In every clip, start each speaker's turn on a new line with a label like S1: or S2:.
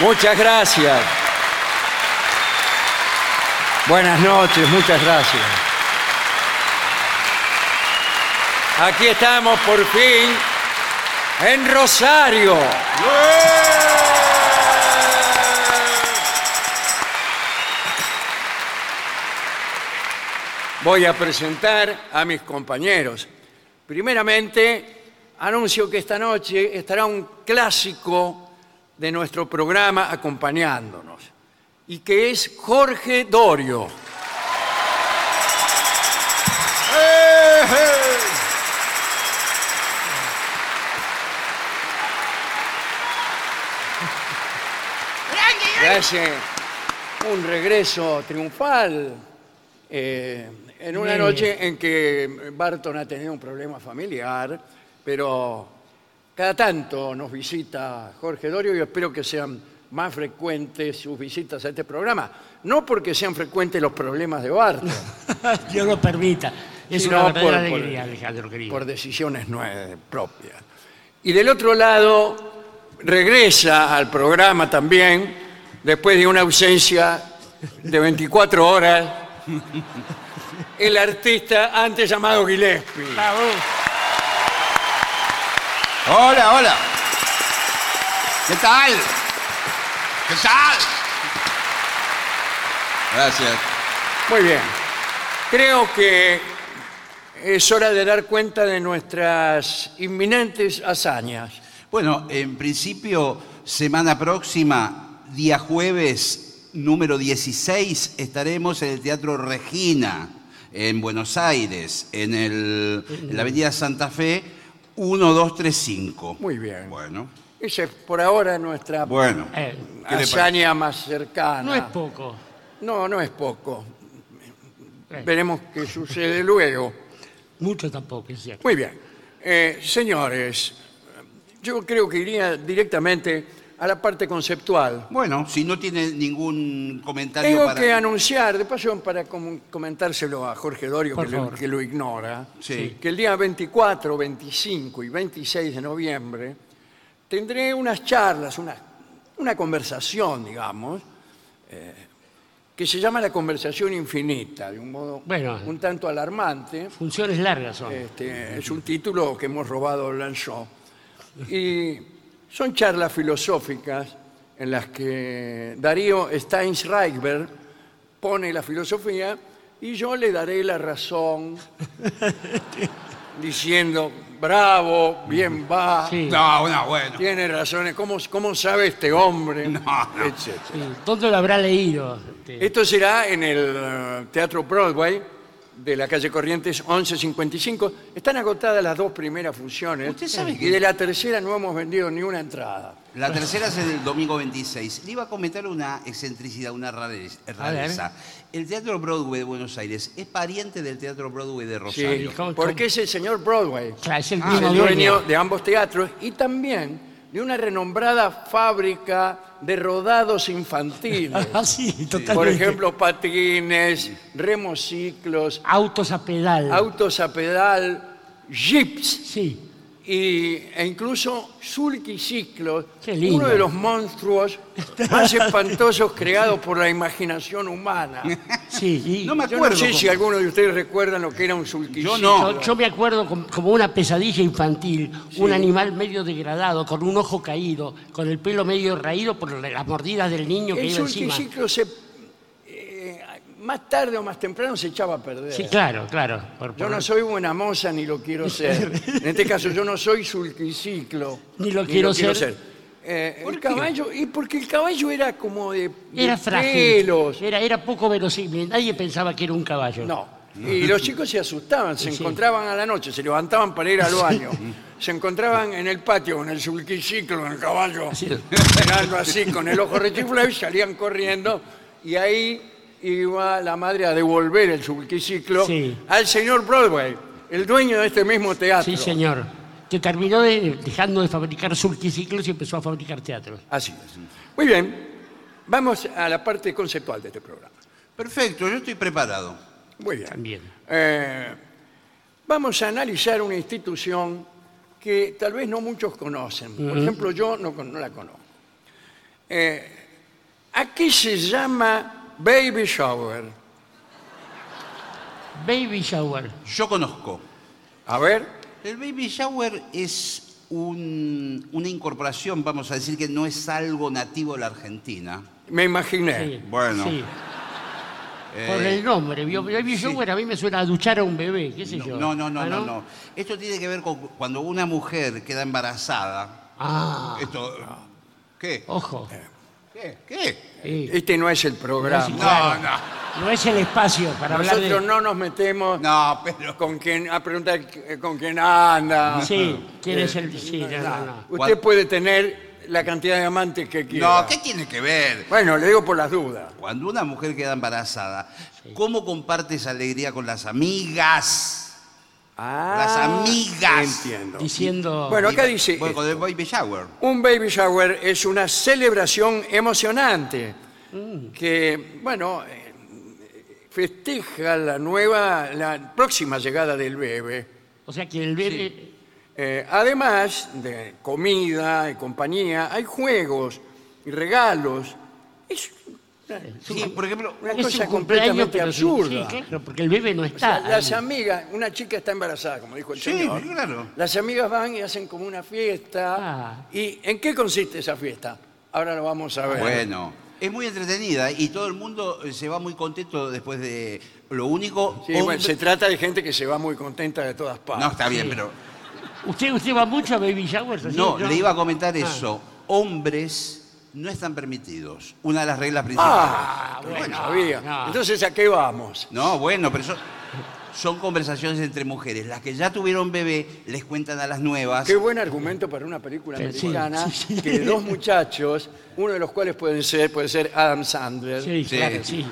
S1: Muchas gracias. Buenas noches, muchas gracias. Aquí estamos por fin en Rosario. Voy a presentar a mis compañeros. Primeramente, anuncio que esta noche estará un clásico de nuestro programa acompañándonos, y que es Jorge Dorio. Le hace un regreso triunfal eh, en una noche en que Barton ha tenido un problema familiar, pero cada tanto nos visita Jorge Dorio y espero que sean más frecuentes sus visitas a este programa. No porque sean frecuentes los problemas de Barton,
S2: Dios lo permita. Es
S1: Sí,
S2: una
S1: no,
S2: verdadera
S1: por- por-
S2: alegría, Alejandro querido.
S1: por decisiones nue- eh, propias. Y del otro lado, regresa al programa también, después de una ausencia de 24 horas, el artista antes llamado Gillespie.
S2: Bravo.
S3: Hola, hola. ¿Qué tal? ¿Qué tal? Gracias.
S1: Muy bien. Creo que es hora de dar cuenta de nuestras inminentes hazañas.
S3: Bueno, en principio, semana próxima, día jueves número 16, estaremos en el Teatro Regina, en Buenos Aires, en, el- en la Avenida Santa Fe, 1235.
S1: Muy bien.
S3: Bueno,
S1: Esa es por ahora nuestra
S3: bueno.
S2: Eh,
S3: ¿qué le
S1: hazaña más cercana.
S2: no es poco.
S1: No, no es poco.
S2: Eh,
S1: Veremos qué sucede luego.
S2: mucho tampoco, es cierto.
S1: Muy bien. Eh, señores, yo creo que iría directamente a la parte conceptual.
S3: Bueno, si no tiene ningún comentario
S1: Tengo
S3: para...
S1: que anunciar, de paso para com- comentárselo a Jorge Dorio,
S2: Por
S1: que lo,
S2: favor.
S1: que lo ignora,
S3: Sí.
S1: que el día 24, 25 y 26 de noviembre tendré unas charlas, una, una conversación, digamos, eh, que se llama la conversación infinita, de un modo
S2: Bueno.
S1: un tanto alarmante.
S2: Funciones largas son.
S1: Este, es un título que hemos robado Lanzó. Y son charlas filosóficas en las que Darío Steinschreiber pone la filosofía y yo le daré la razón diciendo, bravo, bien va,
S2: Sí,
S3: No, no, bueno.
S1: tiene razones, ¿cómo, cómo sabe este hombre?
S3: No, no.
S1: Etcétera.
S2: sí. ¿Dónde lo habrá leído? Este,
S1: Esto será en el eh, Teatro Broadway de la calle Corrientes 1155. Están agotadas las dos primeras funciones.
S3: Usted sabe
S1: y
S3: que-
S1: de la tercera no hemos vendido ni una entrada.
S3: La tercera es el domingo 26. Le iba a comentar una excentricidad, una rare- rareza. El Teatro Broadway de Buenos Aires es pariente del Teatro Broadway de Rosario.
S2: ¿cómo-
S1: Porque es el señor Broadway.
S2: Claro, es el
S1: Es
S2: mismo
S1: ah, el
S2: dueño.
S1: dueño de ambos teatros y también de una renombrada fábrica de rodados infantiles.
S2: Ah, sí, totalmente.
S1: Por ejemplo, patines, remociclos,
S2: Autos a pedal.
S1: autos a pedal, jeeps.
S2: sí.
S1: y, e incluso sulquiciclos,
S2: Qué lindo.
S1: uno de los monstruos más espantosos creados por la imaginación humana.
S2: Sí, y-
S3: No me
S1: Yo no
S3: acuerdo.
S1: sé
S3: cómo-
S1: si alguno de ustedes recuerdan lo que era un sulquiciclo.
S3: Yo no.
S2: Yo, yo me acuerdo com- como una pesadilla infantil, un animal medio degradado, con un ojo caído, con el pelo medio raído por las mordidas del niño que
S1: El
S2: iba encima.
S1: sulquiciclo se, eh, más tarde o más temprano se echaba a perder.
S2: Sí, claro, claro. por-
S1: Yo
S2: por-
S1: no soy buena moza ni lo quiero ser. En este caso, yo no soy sulquiciclo.
S2: Ni lo quiero ser.
S1: Eh,
S3: ¿Por
S1: el
S3: qué?
S1: caballo, y porque el caballo era como de, de
S2: Era frágil.
S1: pelos.
S2: Era, era poco verosímil. Nadie pensaba que era un caballo.
S1: No. Y los chicos se asustaban, se encontraban a la noche, se levantaban para ir al baño. Se encontraban en el patio con el sulquiciclo, en el caballo,
S2: Sí.
S1: mirando así con el ojo rechiflado y salían corriendo. Y ahí iba la madre a devolver el sulquiciclo
S2: Sí.
S1: al señor Broadway, el dueño de este mismo teatro.
S2: Sí, señor. Que terminó de- dejando de fabricar surquiciclos y empezó a fabricar teatros.
S1: Así es. Muy bien, vamos a la parte conceptual de este programa.
S3: Perfecto, yo estoy preparado.
S1: Muy bien.
S2: También.
S1: Eh, vamos a analizar una institución que tal vez no muchos conocen. Por ejemplo, yo no, con- no la conozco. Eh, aquí se llama Baby Shower.
S2: Baby shower.
S3: Yo conozco.
S1: A ver,
S3: El baby shower es un- una incorporación, vamos a decir que no es algo nativo de la Argentina.
S1: me imaginé.
S2: Sí,
S3: bueno.
S2: sí.
S3: Eh,
S2: Por el nombre. Yo- Baby
S3: sí.
S2: shower a mí me suena a duchar a un bebé, qué sé yo.
S3: no, no, no,
S2: ¿Ah,
S3: no, no. Esto tiene que ver con cuando una mujer queda embarazada.
S2: Ah, Oh.
S3: Esto. ¿Qué?
S2: ojo.
S3: eh, ¿Qué? ¿Qué?
S2: Sí.
S1: Este no es el
S2: No,
S1: programa.
S2: Claro.
S3: No,
S2: No es el espacio para hablar de...
S1: Nosotros no nos metemos
S3: no, pero.
S1: con quien, a preguntar eh, con quién anda.
S2: Sí,
S3: Mm.
S2: quién
S1: Eh,
S2: es el... Sí, no, no, no.
S1: Usted puede tener la cantidad de amantes que quiera.
S3: No, ¿qué tiene que ver?
S1: Bueno, le digo por las dudas.
S3: Cuando una mujer queda embarazada, ¿cómo comparte esa alegría con las amigas? Las amigas.
S1: Ah, Entiendo.
S2: Diciendo...
S1: Bueno, acá dice,
S3: Bueno, con el baby shower.
S1: un baby shower es una celebración emocionante
S2: Mm.
S1: que, bueno, eh, festeja la nueva, la próxima llegada del bebé.
S2: o sea, que el bebé...
S1: Eh, además de comida y compañía, hay juegos y regalos. Es una,
S3: Sí, por ejemplo,
S1: una
S2: es
S1: cosa
S2: un cumpleaños,
S1: completamente
S2: pero sin-
S1: absurda.
S2: Sí, claro, porque el bebé no
S1: O
S2: está.
S1: sea, las amigas, una chica está embarazada, como dijo el
S3: Sí,
S1: señor.
S3: claro.
S1: Las amigas van y hacen como una fiesta.
S2: Ah.
S1: ¿Y en qué consiste esa fiesta? Ahora lo vamos a ver.
S3: Bueno, es muy entretenida y todo el mundo eh, se va muy contento después de lo único.
S1: Sí,
S3: hombre-
S1: bueno, se trata de gente que se va muy contenta de todas partes.
S3: No, está bien,
S2: Sí.
S3: pero
S2: ¿Usted, ¿Usted va mucho a baby showers? así,
S3: no, le iba a comentar
S2: Ah.
S3: eso. Hombres no están permitidos. Una de las reglas principales.
S1: Ah, bueno,
S2: bueno,
S1: sabía.
S2: no.
S1: Entonces, ¿a qué vamos?
S3: No, bueno, pero eso- son conversaciones entre mujeres. Las que ya tuvieron bebé les cuentan a las nuevas.
S1: Qué buen argumento para una película
S2: Sí,
S1: americana
S2: sí, sí.
S1: que dos muchachos, uno de los cuales pueden ser, puede ser Adam Sandler,
S2: Sí,
S3: Sí.
S2: claro, sí.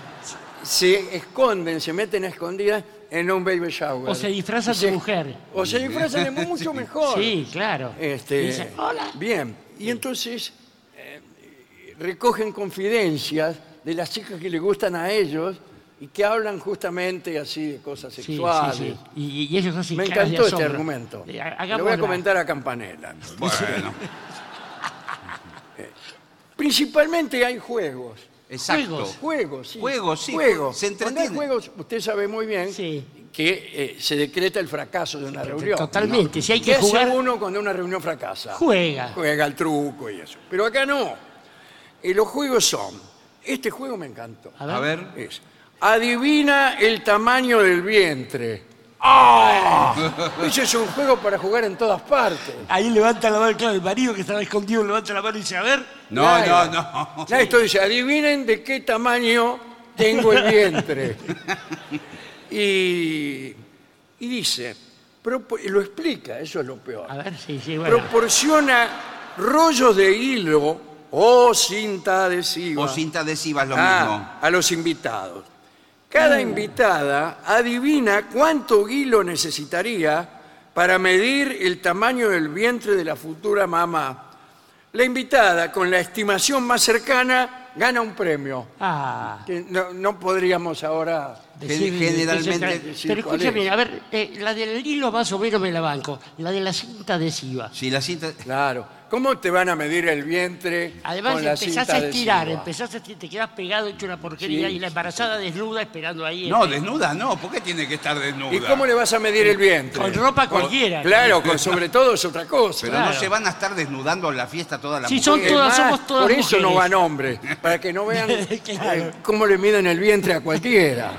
S1: se esconden, se meten a escondidas en un baby shower.
S2: O se disfrazan de
S1: Se-
S2: mujer.
S1: O se disfrazan de mucho mejor.
S2: Sí, claro.
S1: Este,
S2: Y dice, hola.
S1: Bien, y entonces eh, recogen confidencias de las chicas que le gustan a ellos y que hablan justamente así de cosas
S2: Sí, sí,
S1: sexuales.
S2: sí. Y, y ellos hacen
S1: Me
S2: caras de
S1: encantó este
S2: asombro.
S1: argumento.
S2: Eh,
S1: Lo voy a
S2: hagámosla.
S1: comentar a Campanella.
S3: Bueno,
S1: Principalmente hay juegos.
S3: exacto.
S2: Juegos.
S1: Juegos, sí.
S3: Juegos, sí.
S1: Juegos.
S3: Se
S1: Cuando hay
S3: entretienen.
S1: juegos, usted sabe muy bien
S2: Sí.
S1: que eh, se decreta el fracaso de una reunión.
S2: Totalmente. Si hay
S1: ¿Qué
S2: que
S1: hace
S2: jugar,
S1: uno cuando una reunión fracasa?
S2: juega.
S1: Juega al truco y eso. Pero acá no. Eh, los juegos son. Este juego me encantó.
S2: A ver.
S3: A ver.
S1: Es. Adivina el tamaño del vientre.
S2: ¡Ah!
S1: Ese es un juego para jugar en todas partes.
S2: Ahí levanta la mano, claro, el marido que estaba escondido levanta la mano y dice, a ver.
S3: No,
S1: Claro.
S3: no, no.
S1: Ya, esto dice, adivinen de qué tamaño tengo el vientre. Y, y dice, propo- y lo explica, eso es lo peor.
S2: A ver, sí, sí, bueno.
S1: Proporciona rollos de hilo o cinta adhesiva.
S3: O cinta adhesiva es lo Mm.
S1: Ah, a los invitados. Cada invitada adivina cuánto hilo necesitaría para medir el tamaño del vientre de la futura mamá. La invitada con la estimación más cercana gana un premio.
S2: Ah,
S1: Que no, no podríamos ahora.
S2: decir-
S3: generalmente-
S2: decir-
S1: decir
S2: pero
S1: cuál
S2: escúchame,
S1: es.
S2: a ver, eh, la del hilo más o menos me la banco. La de la cinta adhesiva.
S3: mismo. Si la cinta.
S1: Claro. ¿Cómo te van a medir el vientre?
S2: Además
S1: con la
S2: empezás
S1: cinta
S2: a estirar,
S1: adhesiva?
S2: empezás a estirar, te quedas pegado hecho una porquería
S1: Sí.
S2: y la embarazada desnuda esperando ahí.
S3: No,
S2: este,
S3: desnuda no. ¿Por qué tiene que estar desnuda?
S1: ¿Y cómo le vas a medir el vientre?
S2: Con ropa cualquiera.
S1: Claro, con, sobre todo es otra cosa.
S3: Pero
S2: Claro.
S3: no se van a estar desnudando en la fiesta toda la
S2: Sí,
S3: mujer.
S2: son todas-
S1: Es
S2: somos todas
S1: Por eso no
S2: mujeres.
S1: van hombres, para que no vean
S2: Claro.
S1: eh, cómo le miden el vientre a cualquiera.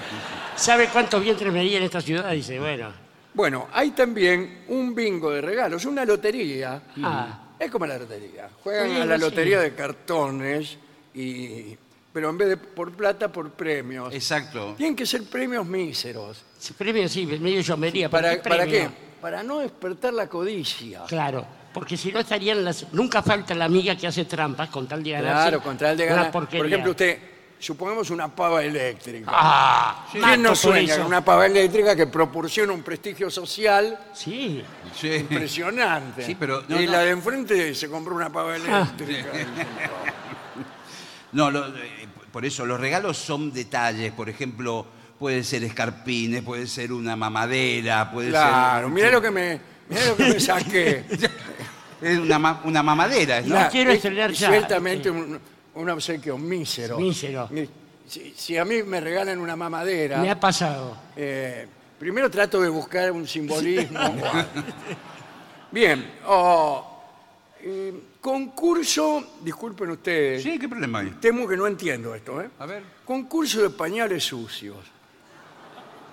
S2: ¿Sabe cuántos vientres medía en esta ciudad? Dice, bueno.
S1: Bueno, hay también un bingo de regalos, una lotería.
S2: Ah.
S1: Es como la lotería. Juegan
S2: Bueno,
S1: a la
S2: sí.
S1: lotería de cartones y pero en vez de por plata, por premios.
S3: Exacto.
S1: Tienen que ser premios míseros.
S2: Sí, Premio sí, medio llomería. pero
S1: ¿Para, ¿Para qué?
S2: premio.
S1: Para no despertar la codicia.
S2: Claro, porque si no estarían las... Nunca falta la amiga que hace trampas con tal de ganar.
S1: Claro, con tal de ganar.
S2: Por
S1: Por ejemplo, usted, supongamos una pava eléctrica.
S2: Ah,
S1: ¿Quién
S2: mato
S1: no
S2: por
S1: sueña
S2: eso.
S1: con una pava eléctrica que proporciona un prestigio social
S2: Sí,
S3: Sí.
S1: impresionante?
S3: Sí, pero no,
S1: y
S3: no.
S1: la de enfrente se compró una pava
S2: Ah.
S1: eléctrica.
S3: No, lo- eh, por eso los regalos son detalles. Por ejemplo, puede ser escarpines, puede ser una mamadera, puede
S1: claro,
S3: ser.
S1: mirá lo que me, mirá lo que me saqué.
S3: Es una, ma- una mamadera, ¿no?
S1: Nah,
S2: quiero
S1: es-
S2: estrenar
S1: es
S2: ya.
S1: Ciertamente un, un obsequio mísero.
S2: Mísero.
S1: Mi- Si, si a mí me regalan una mamadera,
S2: me ha pasado.
S1: eh, primero trato de buscar un simbolismo. Bien, o, eh, concurso, disculpen ustedes,
S3: Sí, ¿qué problema hay?
S1: temo que no entiendo esto, ¿eh?
S3: A ver.
S1: Concurso de pañales sucios.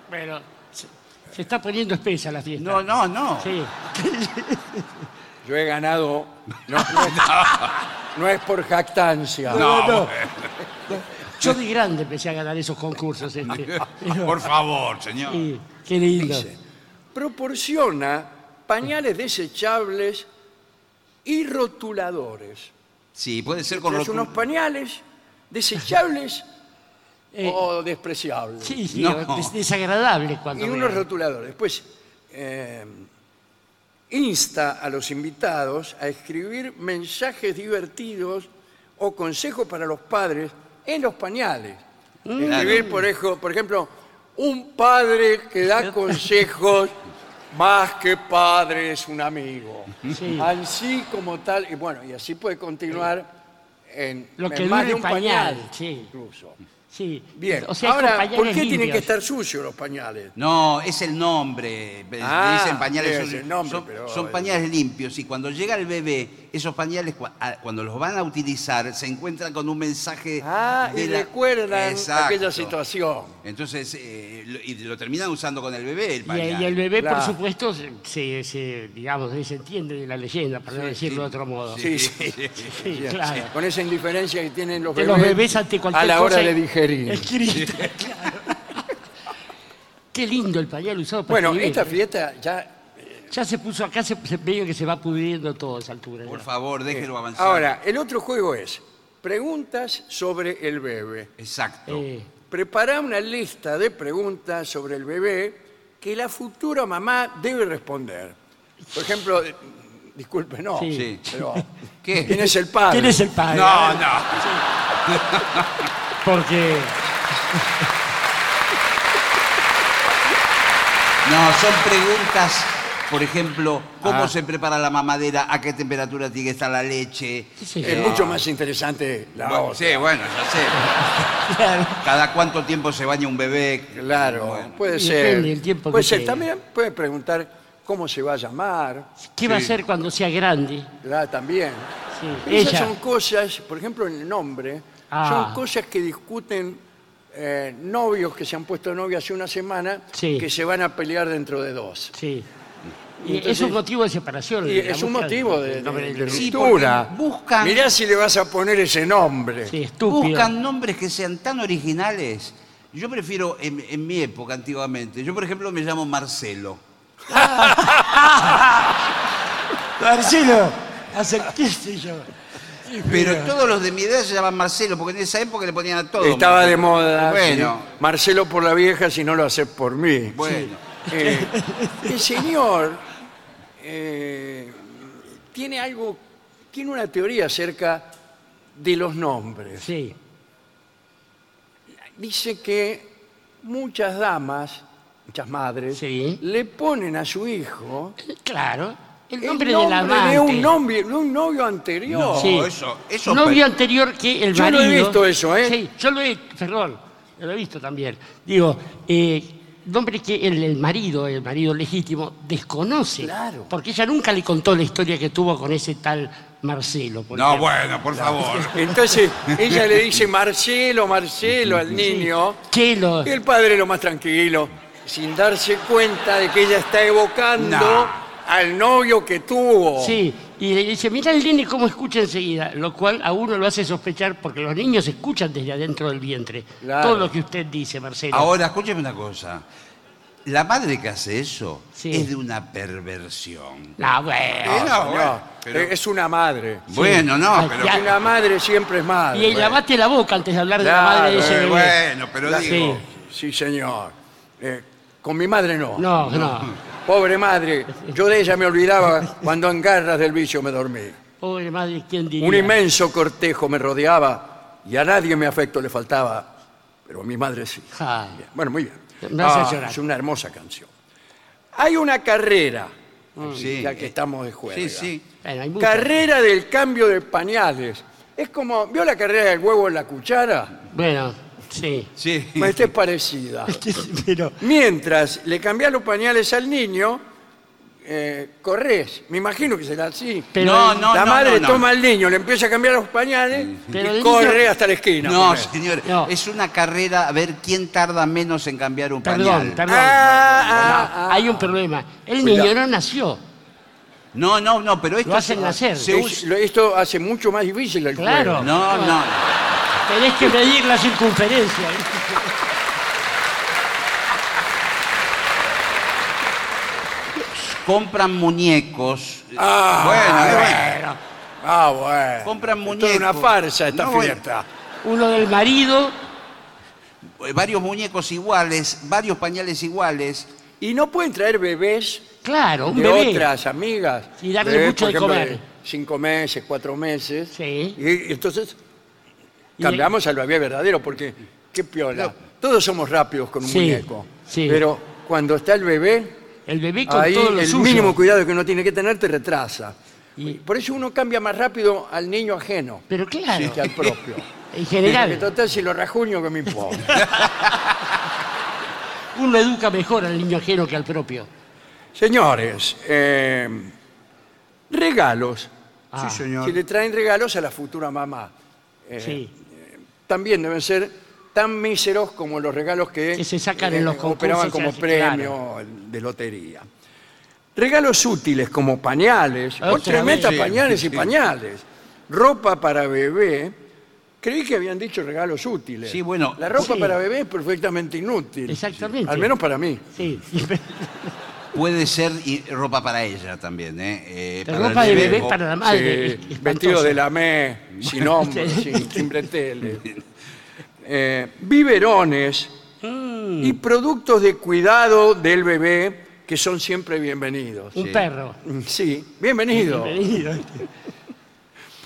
S2: Pero se, se está poniendo espesa la fiesta.
S3: No, no, no.
S2: Sí.
S1: Yo he ganado, no, no es, no es por jactancia.
S3: No,
S2: Yo de grande empecé a ganar esos concursos. Este.
S3: por favor, señor.
S2: Sí, qué lindo.
S1: Dice, proporciona pañales desechables y rotuladores.
S3: Sí, puede ser con
S1: Entonces,
S3: rotu-
S1: unos pañales desechables
S2: Eh,
S1: o despreciables.
S2: sí, sí,
S3: No.
S2: es desagradable
S1: y
S2: cuando
S1: unos
S2: veo.
S1: rotuladores. Después, eh, insta a los invitados a escribir mensajes divertidos o consejos para los padres en los pañales.
S2: Mm.
S1: Escribir, por ejo- por ejemplo, un padre que da consejos más que padre es un amigo.
S2: Sí.
S1: Así como tal, y bueno, y así puede continuar en,
S2: Lo que
S1: en más
S2: dure
S1: de
S2: el
S1: un
S2: pañal,
S1: pañal,
S2: sí.
S1: incluso.
S2: Sí.
S1: Bien,
S2: O sea, con
S1: ahora,
S2: pañales
S1: ¿por qué tienen
S2: limpios.
S1: que estar sucios los pañales?
S3: No, es el nombre. Le
S1: Ah,
S3: dicen pañales.
S1: es
S3: son-
S1: el nombre,
S3: son,
S1: pero-
S3: son pañales limpios. Y cuando llega el bebé, esos pañales, cua- a- cuando los van a utilizar, se encuentran con un mensaje.
S1: Ah,
S3: de
S1: y
S3: la-
S1: recuerdan
S3: Exacto.
S1: aquella situación.
S3: Entonces, eh, lo- y lo terminan usando con el bebé, el
S2: Y,
S3: pañal.
S2: y el bebé, por
S1: Claro.
S2: supuesto, se, se- se, digamos, se entiende de la leyenda, para no decirlo de otro modo.
S1: Sí, sí.
S2: Sí, claro.
S1: Con esa indiferencia que tienen los
S2: Que
S1: bebés,
S2: los bebés ante cualquier
S1: a la hora
S2: cosa
S1: de digerir.
S2: escrita, claro. Qué lindo el pañal usado para
S1: Bueno,
S2: escribir,
S1: esta
S2: ¿eh?
S1: fiesta ya...
S2: Ya se puso acá, se, se medio que se va pudriendo todo a esa altura.
S3: Por
S2: ya.
S3: favor, déjelo avanzar.
S1: Eh, Ahora, el otro juego es preguntas sobre el bebé.
S3: Exacto.
S2: Eh,
S1: Prepara una lista de preguntas sobre el bebé que la futura mamá debe responder. Por ejemplo, eh, disculpe, no,
S2: Sí.
S1: pero
S3: ¿Qué?
S1: ¿quién es el padre?
S2: ¿Quién es el padre?
S3: No, no.
S2: Porque
S3: No, son preguntas, por ejemplo, ¿cómo
S1: Ah.
S3: se prepara la mamadera? ¿A qué temperatura tiene que estar la leche? Eh,
S2: Sí.
S1: Es mucho más interesante la
S3: Bueno,
S1: otra.
S3: sí, bueno, ya sé.
S2: claro,
S3: ¿Cada cuánto tiempo se baña un bebé?
S1: Claro, Pues,
S3: Bueno.
S1: puede ser.
S2: Depende del tiempo que
S1: puede ser.
S2: sea.
S1: También puede preguntar cómo se va a llamar,
S2: ¿qué va a
S3: Sí.
S2: hacer cuando sea grande?
S1: ¿verdad? También.
S2: Sí,
S1: Pero Esas
S2: ella.
S1: son cosas, por ejemplo, el nombre,
S2: Ah.
S1: son cosas que discuten eh, novios que se han puesto de novia hace una semana
S2: Sí.
S1: que se van a pelear dentro de dos.
S2: Sí. Y
S1: Entonces-
S2: es un motivo de separación.
S1: Y
S2: la
S1: es un
S2: mujer,
S1: motivo de,
S2: el nombre
S1: de-
S2: del
S1: de
S2: bebé.
S3: Sí,
S1: ruptura.
S3: porque buscan-
S1: Mirá si le vas a poner ese nombre.
S2: Sí, estúpido.
S3: Buscan nombres que sean tan originales. Yo prefiero, en, en mi época, antiguamente, yo por ejemplo me llamo Marcelo.
S2: Marcelo, hace qué sé yo. Sí,
S3: Pero todos los de mi edad se llaman Marcelo, porque en esa época le ponían a todos.
S1: Estaba de
S3: Marcelo.
S1: moda.
S3: Bueno,
S1: sí. Marcelo por la vieja, si no lo haces por mí.
S3: bueno.
S1: Eh, el señor eh, tiene algo, tiene una teoría acerca de los nombres.
S2: Sí.
S1: Dice que muchas damas, muchas madres,
S2: Sí.
S1: le ponen a su hijo
S2: Claro. El
S1: el
S2: nombre, del
S1: nombre
S2: amante.
S1: de un, nombre, de un novio anterior.
S2: Sí.
S3: Oh, eso- eso
S2: novio
S3: pe-
S2: anterior que el
S1: Yo lo
S2: marido.
S1: he visto eso, ¿eh?
S2: Sí, yo lo he, perdón, lo he visto también. Digo, eh, nombre que el, el marido, el marido legítimo, desconoce.
S1: Claro.
S2: Porque ella nunca le contó la historia que tuvo con ese tal Marcelo. por
S3: No,
S2: ejemplo.
S3: bueno, por favor.
S1: Entonces ella le dice Marcelo, Marcelo al niño.
S2: Chelo.
S1: Y el padre lo más tranquilo, sin darse cuenta de que ella está evocando
S3: No.
S1: al novio que tuvo.
S2: Sí, Y le dice, mira el nene cómo escucha enseguida, lo cual a uno lo hace sospechar porque los niños escuchan desde adentro del vientre.
S1: Claro.
S2: Todo lo que usted dice, Marcelo.
S3: Ahora, escúcheme una cosa. La madre que hace eso
S2: Sí.
S3: es de una perversión.
S2: No, bueno.
S3: Eh, no,
S1: No,
S3: bueno, pero-
S1: eh, es una madre.
S3: Bueno, no,
S2: Ay,
S3: pero...
S2: ya-
S1: Una madre siempre es madre.
S2: Y lavate la boca antes de hablar de la
S1: Claro,
S2: madre de ese
S3: Eh,
S2: bebé.
S3: bueno, pero
S1: La-
S3: digo...
S1: Sí, señor. Eh, con mi madre no.
S2: No, no.
S1: Pobre madre, yo de ella me olvidaba cuando en garras del vicio me dormí.
S2: Pobre madre, ¿quién diría?
S1: Un inmenso cortejo me rodeaba y a nadie mi afecto le faltaba, pero a mi madre sí.
S2: Ja.
S1: Bien, Bueno, muy bien.
S2: Me hace llorar.
S1: es una hermosa canción. Hay una carrera,
S3: Sí.
S1: ya que estamos de juego.
S3: Sí, sí.
S2: Bueno, hay muchas.
S1: Carrera del cambio de pañales. Es como, ¿vio la carrera del huevo en la cuchara?
S2: Bueno, sí.
S3: Sí.
S1: Me
S2: Pues,
S1: esté parecida.
S2: Pero,
S1: Mientras le cambias los pañales al niño, eh, corres. Me imagino que será así.
S2: pero
S3: No,
S2: el-
S3: no,
S1: la madre
S3: no.
S1: toma al niño, le empieza a cambiar los pañales
S2: Pero
S1: y
S2: el
S1: corre
S2: niño-
S1: hasta la esquina.
S3: No,
S1: mujer.
S3: señor,
S2: No.
S3: es una carrera a ver quién tarda menos en cambiar un
S2: Perdón,
S3: pañal.
S2: perdón.
S1: Ah, ah, ah.
S2: Hay un problema. El
S1: Cuidado.
S2: niño no nació.
S3: No, no, no, pero esto
S2: Lo hacen
S3: se-
S2: nacer.
S3: se
S1: Es-
S3: usa-
S1: lo- esto hace mucho más difícil el
S2: Claro.
S1: juego.
S3: No, no.
S2: Tenés que medir la circunferencia. ¿eh?
S3: Compran muñecos.
S1: Ah,
S3: bueno, bueno.
S2: Bueno,
S1: Ah, bueno.
S3: Compran
S1: Es toda
S3: muñecos.
S1: una farsa esta
S3: No, bueno.
S1: fiesta.
S2: uno del marido.
S3: Eh, varios muñecos iguales, varios pañales iguales.
S1: Y no pueden traer bebés
S2: Claro, un
S1: de
S2: bebé.
S1: otras amigas.
S2: Y darle
S1: Bebés,
S2: mucho
S1: por
S2: de
S1: ejemplo,
S2: comer.
S1: Cinco meses, cuatro meses.
S2: Sí.
S1: Y, y entonces
S2: Y-
S1: cambiamos al bebé verdadero porque qué piola. Todos somos rápidos con un
S2: Sí,
S1: muñeco.
S2: sí.
S1: Pero cuando está el bebé,
S2: El bebé con
S1: ahí
S2: todo lo
S1: el
S2: suyo.
S1: mínimo cuidado que uno tiene que tener te retrasa.
S2: Y-
S1: Por eso uno cambia más rápido al niño ajeno
S2: Pero claro,
S1: que al propio.
S2: en
S1: Porque
S2: general,
S1: total, si lo rajuño, que me importa.
S2: uno educa mejor al niño ajeno que al propio.
S1: Señores, eh, regalos.
S2: Ah, sí,
S1: Si le traen regalos a la futura mamá. Eh,
S2: Sí.
S1: También deben ser tan míseros como los regalos que, eh,
S2: Que se sacan en los
S1: operaban como
S2: concursos, sí,
S1: premio de lotería. Regalos útiles como pañales,
S2: Otra
S1: vos tremenda
S2: vez.
S1: pañales
S3: Sí,
S1: y
S3: sí.
S1: pañales, ropa para bebé. Creí que habían dicho regalos útiles.
S3: Sí, bueno,
S1: La ropa
S2: sí.
S1: para bebé es perfectamente inútil.
S2: Exactamente.
S1: Al menos para mí.
S3: Puede ser y ropa para ella también, ¿eh? Eh,
S2: La
S3: para el
S2: ropa de bebé
S3: o-
S2: para la madre.
S1: Sí,
S2: espantoso.
S1: vestido de lamé, sin hombros, sin timbretele. Eh, biberones
S2: Mm.
S1: y productos de cuidado del bebé que son siempre bienvenidos.
S2: Un
S3: Sí.
S2: perro.
S1: Sí, bienvenido.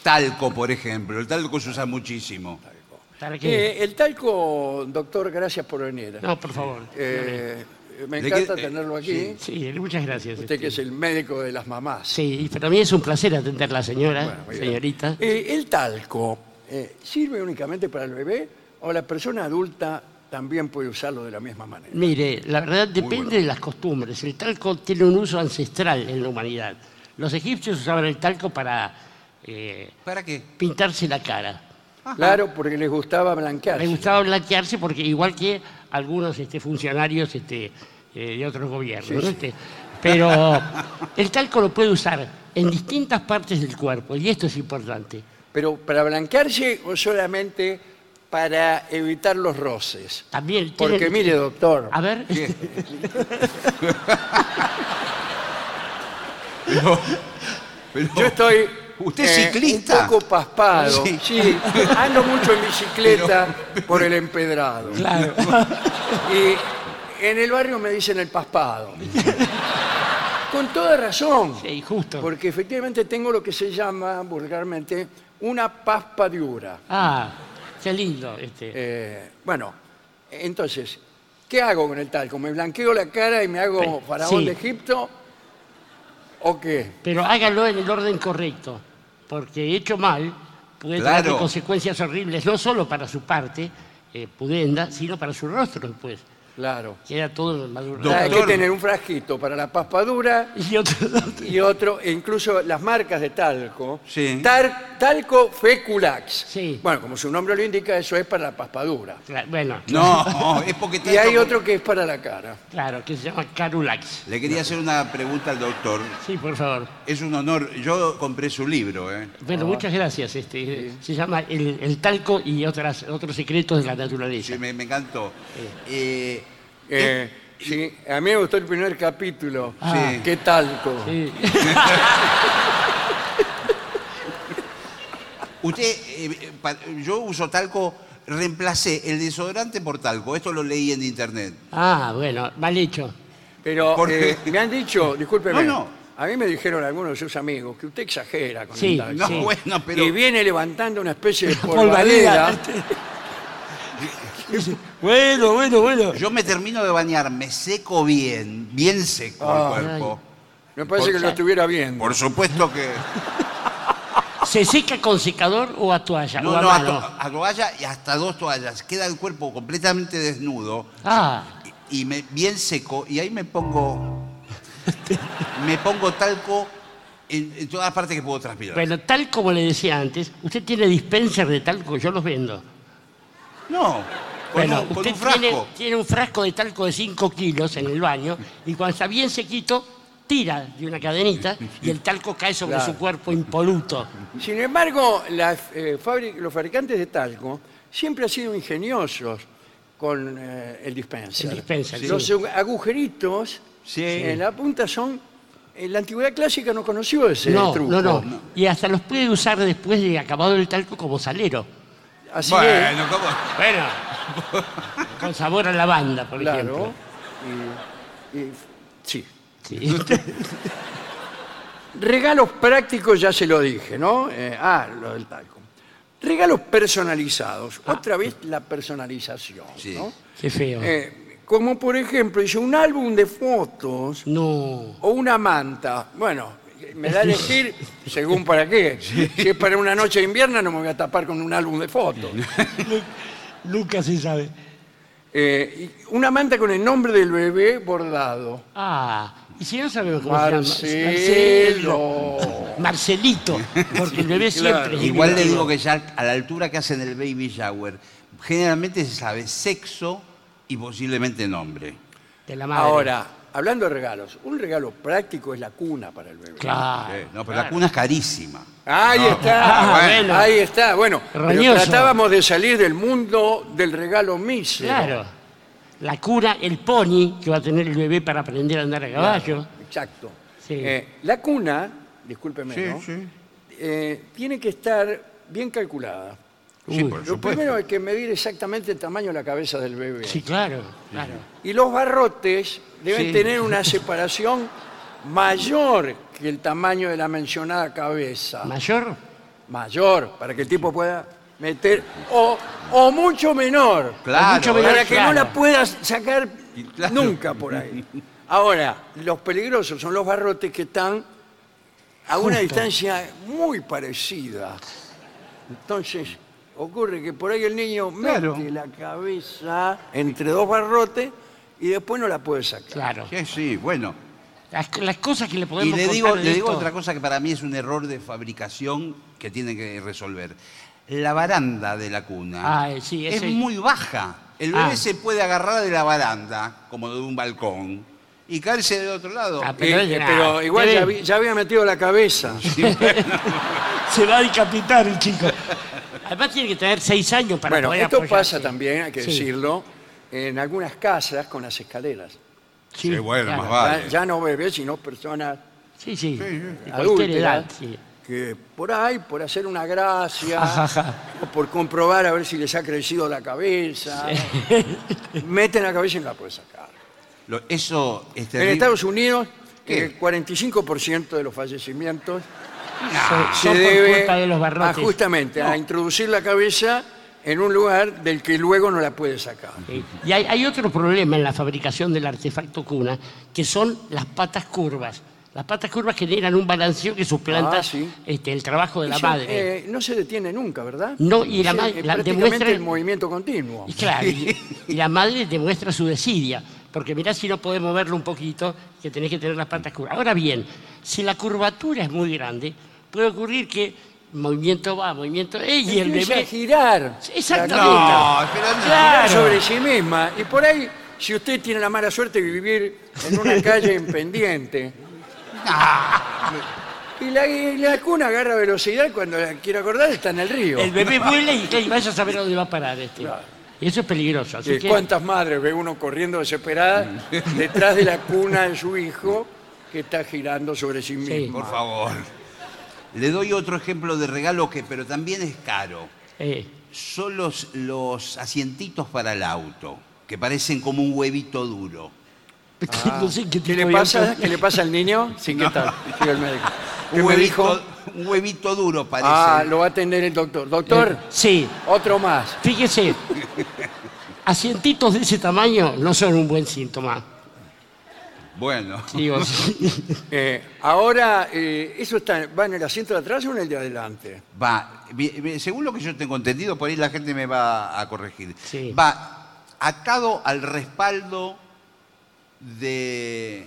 S3: Talco, por ejemplo. El talco se usa muchísimo.
S2: ¿Para qué?
S1: Eh, el talco, doctor, gracias por venir.
S2: No, por favor.
S1: Eh, me
S3: Le
S1: encanta
S3: que- eh,
S1: tenerlo aquí.
S2: Sí, muchas gracias. este.
S1: Usted que es el médico de las mamás.
S2: Sí, para mí es un placer atenderla, señora,
S1: muy bien.
S2: señorita.
S1: Eh, el talco eh, sirve únicamente para el bebé o la persona adulta también puede usarlo de la misma manera.
S2: Mire, la verdad depende de las costumbres. El talco tiene un uso ancestral en la humanidad. Los egipcios usaban el talco para eh,
S3: ¿Para qué?
S2: pintarse la cara.
S1: Claro, porque les gustaba blanquearse.
S2: Me gustaba blanquearse porque igual que algunos este, funcionarios este, eh, de otros gobiernos. ¿no? Este, pero el talco lo puede usar en distintas partes del cuerpo y esto es importante.
S1: Pero para blanquearse o solamente para evitar los roces.
S2: También tiene-
S1: Porque mire, doctor,
S2: A ver,
S3: Pero- pero-
S1: yo estoy eh,
S3: ¿Usted es ciclista?
S1: un poco paspado.
S3: Sí.
S1: Sí. ando mucho en bicicleta por el empedrado.
S2: claro.
S1: Y en el barrio me dicen el paspado. Con toda razón.
S2: Sí, justo.
S1: Porque efectivamente tengo lo que se llama vulgarmente una paspadiura.
S2: Ah, qué lindo. Este.
S1: Eh, bueno, entonces, ¿qué hago con el talco? ¿Me blanqueo la cara y me hago
S2: Sí.
S1: faraón de Egipto? ¿O qué?
S2: Pero hágalo en el orden correcto, porque hecho mal puede
S3: Claro.
S2: tener consecuencias horribles, no solo para su parte eh, pudenda, sino para su rostro después.
S1: Claro.
S2: Queda todo madurado.
S1: Hay que
S3: Doctor.
S1: tener un frasquito para la paspadura
S2: Y otro-
S1: y otro, e incluso las marcas de talco.
S3: Sí.
S1: Tar- talco Feculax.
S2: Sí.
S1: Bueno, como su nombre lo indica, eso es para la paspadura.
S2: Cla- Bueno,
S3: No, es porque
S1: Y
S3: tiene
S1: hay
S3: como-
S1: otro que es para la cara.
S2: claro, que se llama Carulax.
S3: Le quería hacer una pregunta al doctor.
S2: Sí, por favor.
S3: Es un honor. Yo compré su libro, ¿eh?
S2: Bueno, muchas gracias. Este, Se llama el, el talco y otras, otros secretos de la naturaleza.
S3: Sí, me, me encantó. Eh,
S1: Eh, sí, a mí me gustó el primer capítulo.
S3: Ah.
S1: ¿Qué talco?
S2: Sí.
S3: usted, eh, pa- yo uso talco, reemplacé el desodorante por talco. Esto lo leí en internet.
S2: Ah, bueno, mal hecho.
S1: Pero
S3: ¿Por qué?
S1: eh, me han dicho, discúlpeme,
S3: No, no.
S1: a mí me dijeron algunos de sus amigos que usted exagera con
S2: Sí,
S1: el talco.
S3: No,
S2: Sí.
S3: bueno, pero.
S1: Y viene levantando una especie de
S2: Polvareda.
S1: polvareda.
S2: bueno, bueno, bueno.
S3: Yo me termino de bañar, me seco bien, bien seco
S2: Ah.
S3: el cuerpo.
S1: Me parece que lo estuviera viendo.
S3: Por supuesto que.
S2: ¿Se seca con secador o a toalla? o
S3: No,
S2: a
S3: no, a,
S2: mano?
S3: to- a toalla y hasta dos toallas. Queda el cuerpo completamente desnudo
S2: Ah,
S3: y, y me, bien seco. Y ahí me pongo. me pongo talco en, en todas las partes que puedo transpirar.
S2: bueno, tal como le decía antes, usted tiene dispenser de talco, yo los vendo.
S3: no, con,
S2: Bueno,
S3: un, con
S2: usted
S3: un frasco.
S2: Tiene, tiene un frasco de talco de 5 kilos en el baño y cuando está bien sequito, tira de una cadenita y el talco cae sobre
S1: Claro.
S2: su cuerpo impoluto.
S1: Sin embargo, las, eh, fabri- los fabricantes de talco siempre han sido ingeniosos con eh, el dispenser.
S2: El dispenser,
S1: Los
S2: sí.
S1: agujeritos
S3: Sí.
S1: en la punta son... En la antigüedad clásica no conoció ese
S2: no,
S1: truco.
S2: no, no. Y hasta los puede usar después de acabado el talco como salero.
S1: Así es.
S3: Bueno, ¿cómo?
S2: Bueno, con sabor a lavanda, por
S1: Claro.
S2: ejemplo.
S1: Y- y- sí.
S2: Sí.
S1: Regalos prácticos, ya se lo dije, ¿no? Eh, ah, lo del talco. Regalos personalizados.
S2: Ah.
S1: Otra vez la personalización,
S3: Sí.
S1: ¿no?
S2: Qué feo.
S1: Eh, como por ejemplo, dice, un álbum de fotos
S2: No.
S1: o una manta. Bueno, me da a elegir según para qué. Si es para una noche de invierno, no me voy a tapar con un álbum de fotos.
S2: Nunca se sabe.
S1: Eh, y una manta con el nombre del bebé bordado.
S2: Ah, y si no sabemos cómo se llama.
S1: Marcelo.
S2: Marcelito, porque el bebé
S1: Claro.
S2: siempre. es
S3: Igual le
S2: divertido.
S3: digo que ya a la altura que hacen el baby shower, generalmente se sabe sexo y posiblemente nombre.
S2: De la madre.
S1: Ahora, hablando de regalos, un regalo práctico es la cuna para el bebé.
S2: Claro.
S3: Eh, no, pero la
S2: Ah, claro.
S3: cuna es carísima.
S1: Ahí está,
S2: Ah, bueno.
S1: ahí está. Bueno, pero
S2: Roñoso.
S1: tratábamos de salir del mundo del regalo mísero.
S2: Claro. La cura, el pony que va a tener el bebé para aprender a andar a caballo.
S1: Exacto.
S2: Sí.
S1: Eh, la cuna, discúlpeme, ¿no? Eh, tiene que estar bien calculada.
S3: Sí, por
S1: Lo
S3: supuesto.
S1: primero hay que medir exactamente el tamaño de la cabeza del bebé.
S2: Sí, claro. claro.
S1: Y los barrotes deben
S3: Sí.
S1: tener una separación mayor que el tamaño de la mencionada cabeza.
S2: Mayor,
S1: mayor para que el tipo pueda meter o, o mucho menor
S3: Claro,
S2: mucho menor,
S1: para que
S2: claro.
S1: no la puedas sacar
S3: Y claro.
S1: nunca por ahí. Ahora, los peligrosos son los barrotes que están a una distancia muy parecida. Entonces, ocurre que por ahí el niño
S3: Claro.
S1: mete la cabeza entre dos barrotes y después no la puede sacar.
S2: claro.
S3: Sí, sí, bueno.
S2: Las, las cosas que le
S3: Y
S2: podemos
S3: le
S2: contar
S3: digo,
S2: de
S3: le digo
S2: esto-
S3: otra cosa que para mí es un error de fabricación que tiene que resolver. La baranda de la cuna
S2: Ah, eh, sí,
S3: es
S2: ese-
S3: muy baja. El bebé
S2: Ah.
S3: se puede agarrar de la baranda, como de un balcón, y caerse del otro lado.
S2: Ah,
S1: Eh,
S2: Pero es
S1: eh,
S2: nada.
S1: pero igual
S2: Te
S1: ya,
S2: ven.
S1: vi- ya había metido la cabeza.
S2: Se va a decapitar el chico. Además tiene que tener seis años para
S1: Bueno,
S2: poder
S1: esto
S2: apoyarse.
S1: pasa también, hay que
S2: Sí.
S1: decirlo, en algunas casas con las escaleras.
S2: Sí, claro.
S3: más
S1: Ya,
S3: vale.
S1: ya no bebés, sino personas
S2: Sí, sí. De cualquier edad,
S1: adultas
S2: sí.
S1: que por ahí, por hacer una gracia,
S2: Ajá, ajá.
S1: o por comprobar a ver si les ha crecido la cabeza, meten la cabeza y no la pueden sacar.
S3: Lo- eso es
S1: En
S3: terrible.
S1: Estados Unidos,
S3: ¿Qué?
S1: el 45% de los fallecimientos
S2: Son-
S1: Ah, se
S2: Ah. son por
S1: debe
S2: culpa de los
S1: a
S2: barrotes.
S1: justamente a introducir la cabeza en un lugar del que luego no la puede sacar.
S2: Sí. Y hay, hay otro problema en la fabricación del artefacto cuna, que son las patas curvas. Las patas curvas generan un balanceo que suplanta
S1: Ah, sí.
S2: este, el trabajo de la
S1: Sí,
S2: madre.
S1: eh, no se detiene nunca, ¿verdad?
S2: No, y la
S1: Sí,
S2: ma-
S1: eh,
S2: la-
S1: prácticamente
S2: demuestra-
S1: el movimiento continuo.
S2: Y claro, y, y la madre demuestra su desidia, porque mirá si no podés moverlo un poquito, que tenés que tener las patas curvas. Ahora bien, si la curvatura es muy grande, puede ocurrir que movimiento va, movimiento... ¡Ey! y el
S1: Empieza a
S2: bebé...
S1: girar.
S2: Exactamente.
S3: No, pero no.
S1: La-
S2: Claro.
S1: sobre sí misma. Y por ahí, si usted tiene la mala suerte de vivir en una calle en pendiente.
S2: Ah.
S1: Y la, y la cuna agarra velocidad cuando la quiere acordar está en el río.
S2: El bebé vuela y, claro, y vaya a saber a dónde va a parar este. Y eso es peligroso. Así
S1: Sí,
S2: que,
S1: ¿Cuántas madres ve uno corriendo desesperada detrás de la cuna de su hijo que está girando sobre sí mismo?
S3: Por favor. Le doy otro ejemplo de regalo que, pero también es caro.
S2: eh,
S3: Son los, los asientitos para el auto, que parecen como un huevito duro.
S2: no sé
S1: Ah. ¿Qué
S2: qué tipo
S1: le
S2: de
S1: pasa?
S2: auto-
S1: ¿Qué le pasa al niño? Sí, ¿qué tal? Sí, el médico. ¿Qué
S3: Un
S1: me
S3: huevito,
S1: dijo?
S3: un huevito duro parece.
S1: Ah, lo va a atender el doctor. Doctor,
S2: Sí,
S1: otro más.
S2: fíjese. Asientitos de ese tamaño no son un buen síntoma.
S3: Bueno.
S2: Digo,
S1: Eh, ahora, eh, ¿eso está, va en el asiento de atrás o en el de adelante?
S3: Va, vi- vi- según lo que yo tengo entendido, por ahí la gente me va a corregir.
S2: Sí.
S3: Va atado al respaldo de,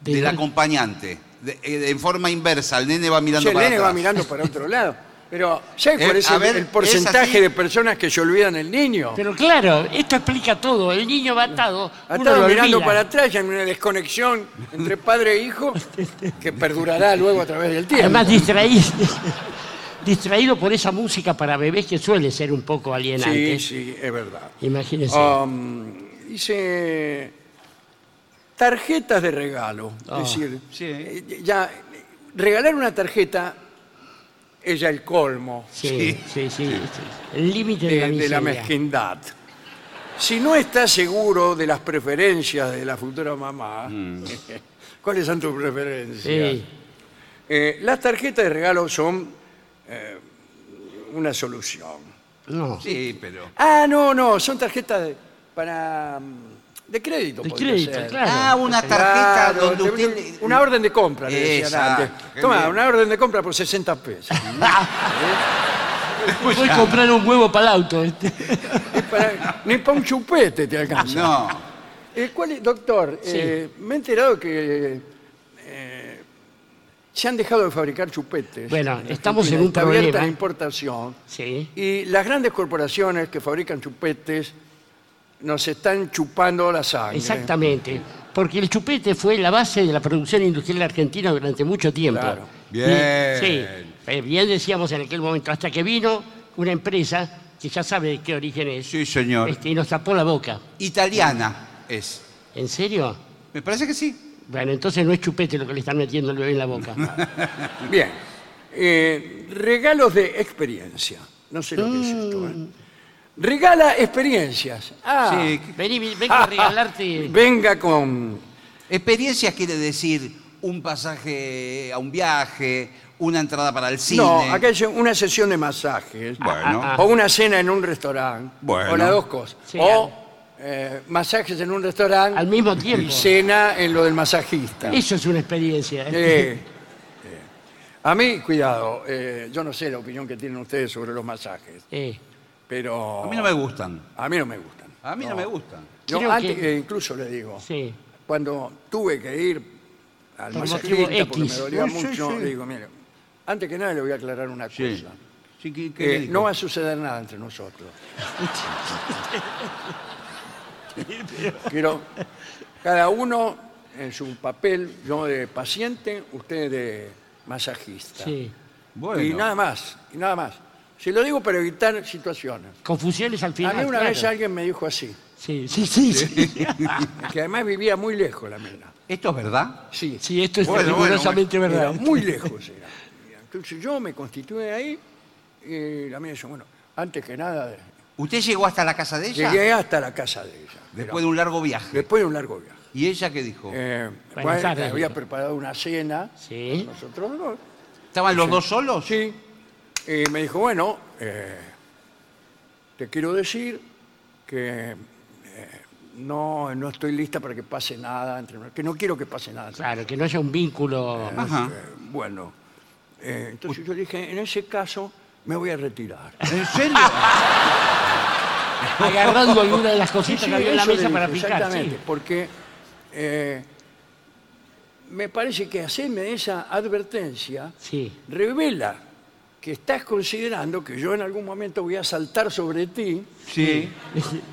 S2: De-
S3: del acompañante, de- eh, en forma inversa. El nene va mirando
S1: Sí, el
S3: para
S1: nene
S3: atrás.
S1: va mirando para otro lado. Pero, ¿sabes cuál
S3: Eh,
S1: es
S3: a
S1: el,
S3: ver,
S1: el
S3: es
S1: porcentaje
S3: así.
S1: de personas que se olvidan el niño?
S2: Pero claro, esto explica todo. El niño va atado. uno
S1: Estaba
S2: lo
S1: mirando
S2: olvida.
S1: para atrás, ya en una desconexión entre padre e hijo que perdurará luego a través del tiempo.
S2: Además, distraído, distraído por esa música para bebés que suele ser un poco alienante.
S1: sí, sí, Oh, es verdad.
S2: Imagínese.
S1: Um, dice tarjetas de regalo.
S2: Ah,
S1: es decir,
S3: sí.
S1: eh, ya eh, regalar una tarjeta es ya el colmo
S2: sí, sí, sí, sí. El límite de,
S1: de, de la
S2: miseria.
S1: mezquindad. Si no estás seguro de las preferencias de la futura mamá, ¿cuáles son tus preferencias?
S2: Mm. Sí.
S1: Eh, las tarjetas de regalo son eh, una solución.
S2: No.
S3: Sí, pero.
S1: Ah, no, no, son tarjetas de- para mm, de crédito.
S2: De
S1: podría
S2: crédito,
S1: ser.
S2: claro.
S3: Ah, una tarjeta
S1: Claro,
S3: donde
S1: te-
S3: usted. le-
S1: Una orden de compra, le decían
S3: Exacto,
S1: antes.
S3: qué
S1: Toma,
S3: bien.
S1: una orden de compra por 60 pesos.
S2: Voy a comprar un huevo para el auto. este.
S1: Ni para- ni para un chupete te alcanza.
S3: No.
S1: Eh, ¿cuál es- doctor,
S2: Sí.
S1: eh, me he enterado que eh, se han dejado de fabricar chupetes.
S2: Bueno,
S1: en la
S2: estamos en
S1: Argentina.
S2: un
S1: Está abierta
S2: problema.
S1: la importación.
S2: Sí.
S1: Y las grandes corporaciones que fabrican chupetes nos están chupando la sangre.
S2: Exactamente, porque el chupete fue la base de la producción industrial argentina durante mucho tiempo.
S1: Claro.
S3: Bien.
S2: Y- sí, eh, bien decíamos en aquel momento, hasta que vino una empresa que ya sabe de qué origen es
S3: Sí, señor.
S2: este, y nos tapó la boca.
S3: Italiana es.
S2: ¿En serio?
S3: Me parece que sí.
S2: Bueno, entonces no es chupete lo que le están metiendo al bebé en la boca.
S1: Bien. Eh, regalos de experiencia. No sé lo que es esto. ¿eh? Regala experiencias. Ah,
S3: Mm. Sí.
S2: Vení, vi- vengo a regalarte.
S1: Venga con.
S3: Experiencias quiere decir un pasaje a un viaje, una entrada para el cine.
S1: No, acá dice una sesión de masajes.
S3: Bueno.
S2: Ah, ah,
S1: O una cena en un restaurante.
S3: Bueno.
S1: O las dos cosas.
S2: Sí,
S1: o eh, masajes en un restaurante.
S2: Al mismo
S1: Y
S2: tiempo.
S1: cena en lo del masajista.
S2: Eso es una experiencia.
S1: Sí,
S2: ¿eh?
S1: sí. A mí, cuidado, eh, yo no sé la opinión que tienen ustedes sobre los masajes,
S2: Eh,
S1: pero
S3: A mí no me gustan.
S1: a mí no me gustan.
S3: A mí no, me gustan.
S1: Yo
S2: Creo
S1: antes,
S2: que-
S1: eh, incluso le digo,
S2: sí.
S1: cuando tuve que ir al
S2: Por
S1: masajista
S2: motivo
S1: porque me
S2: X.
S1: dolía
S3: Sí, sí,
S1: mucho,
S3: sí.
S1: le digo, mire, antes que nada le voy a aclarar una
S3: Sí.
S1: cosa.
S3: Sí, ¿qué- qué
S1: que
S3: le dijo?
S1: Eh, no va a suceder nada entre nosotros. Quiero cada uno en su papel, yo de paciente, usted de masajista.
S2: sí.
S3: Bueno.
S1: Y nada más, y nada más. Se lo digo para evitar situaciones.
S2: Confusiones al
S1: A
S2: final.
S1: mí una
S2: ah, claro.
S1: vez alguien me dijo así,
S2: Sí, sí, sí. sí.
S1: que además vivía muy lejos la mina.
S3: ¿Esto es verdad?
S1: Sí,
S2: Sí, esto es
S3: Bueno, bueno,
S2: rigurosamente
S1: era
S2: verdad.
S1: muy lejos. Era. Entonces yo me constituí ahí y la mina dijo, bueno, antes que nada,
S3: ¿Usted llegó hasta la casa de ella?
S1: llegué hasta la casa de ella.
S3: Después de un largo viaje.
S1: Después de un largo viaje.
S3: ¿Y ella qué dijo?
S1: Eh,
S2: Buenas
S1: bueno,
S2: tardes,
S1: había
S2: doctor.
S1: preparado una cena,
S2: Sí.
S1: nosotros dos.
S3: ¿Estaban los dos solos?
S1: Sí. Y me dijo, bueno, eh, te quiero decir que eh, no, no estoy lista para que pase nada entre nos- que no quiero que pase nada. entre
S2: Claro, que no haya un vínculo.
S3: Ajá.
S1: Eh, bueno, eh, entonces yo dije, en ese caso me voy a retirar.
S3: ¿En serio?
S2: agarrando alguna de las
S1: Sí,
S2: cositas
S1: sí,
S2: que había en la
S1: eso le
S2: mesa
S1: dije,
S2: para picar. sí.
S1: Exactamente, porque eh, me parece que hacerme esa advertencia
S2: Sí.
S1: revela que estás considerando que yo en algún momento voy a saltar sobre ti,
S3: Sí.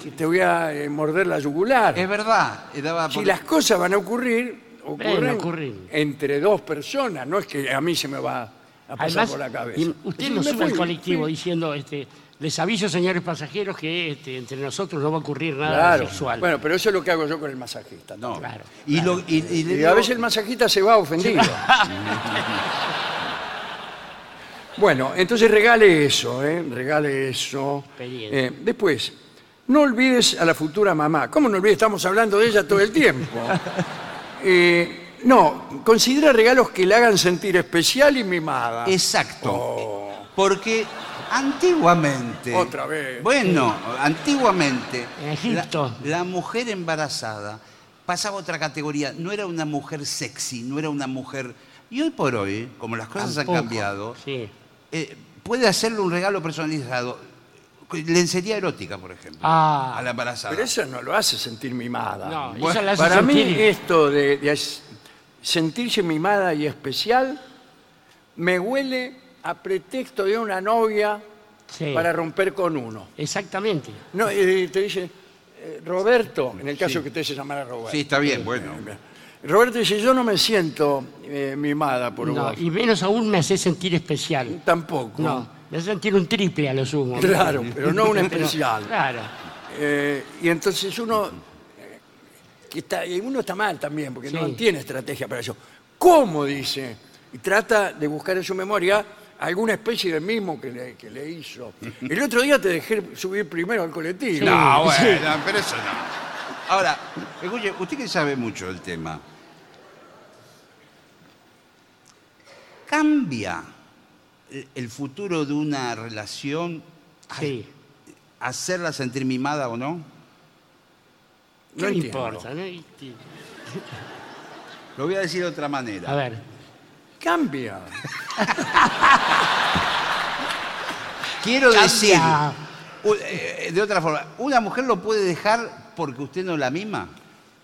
S1: que te voy a eh, morder la yugular.
S3: Es verdad. eh, daba
S1: Si
S3: por-
S1: las cosas van a ocurrir, ocurren
S2: ocurrir.
S1: entre dos personas, no es que a mí se me va a pasar
S2: Además,
S1: por la cabeza.
S2: y usted
S1: Sí,
S2: no
S1: me
S2: sube al
S1: fui,
S2: colectivo
S1: fui.
S2: diciendo, este, les aviso, señores pasajeros, que este, entre nosotros no va a ocurrir nada
S1: Claro.
S2: sexual.
S1: Bueno, pues, pero eso es lo que hago yo con el masajista. ¿no?
S3: No.
S2: Claro,
S3: Y, lo- y- y le
S1: Y a
S3: digo-
S1: veces el masajista se va ofendido. bueno, entonces regale eso, ¿eh? regale eso.
S2: Experiencia.
S1: Eh, después, no olvides a la futura mamá. ¿Cómo no olvides? Estamos hablando de ella todo el tiempo. Eh, no, considera regalos que la hagan sentir especial y mimada.
S3: Exacto.
S1: Oh.
S3: Porque antiguamente.
S1: Otra vez.
S3: Bueno, antiguamente.
S2: En Egipto.
S3: La, la mujer embarazada pasaba a otra categoría. No era una mujer sexy, no era una mujer. Y hoy por hoy, como las cosas
S2: Tampoco.
S3: han cambiado,
S2: Sí.
S3: eh, puede hacerle un regalo personalizado. Lencería erótica, por ejemplo.
S2: Ah.
S3: A la embarazada.
S1: Pero eso no lo hace sentir mimada.
S2: No,
S3: Bueno,
S2: esa la hace
S1: Para mí
S2: sentir-
S1: esto de, de as- sentirse mimada y especial me huele a pretexto de una novia
S2: Sí,
S1: para romper con uno.
S2: Exactamente.
S1: No, y te dice, eh, Roberto, en el caso que usted se llamara Roberto.
S3: Sí, está bien, bueno.
S1: eh, Roberto dice, yo no me siento eh, mimada por
S2: No,
S1: vos.
S2: y menos aún me hace sentir especial.
S1: Tampoco.
S2: No, me hace sentir un triple a lo sumo.
S1: Claro, pero no una especial.
S2: Claro.
S1: Eh, y entonces uno eh, que está, y uno está mal también, porque no
S2: Sí.
S1: tiene estrategia para eso. ¿Cómo dice? Y trata de buscar en su memoria alguna especie de mismo que le, que le hizo. El otro día te dejé subir primero al colectivo.
S3: No,
S2: Sí.
S3: bueno, pero eso no. Ahora, escuche, usted que sabe mucho del tema. ¿Cambia el- el futuro de una relación
S2: Sí.
S3: hacerla sentir mimada o no?
S1: No
S2: ¿Qué le
S1: entiendo.
S2: importa? no? Y- y-
S3: Lo voy a decir de otra
S2: A
S3: manera.
S2: ver.
S1: Cambia.
S3: Quiero
S2: Cambia.
S3: decir, u- eh, de otra forma, ¿una mujer lo puede dejar porque usted no la mima?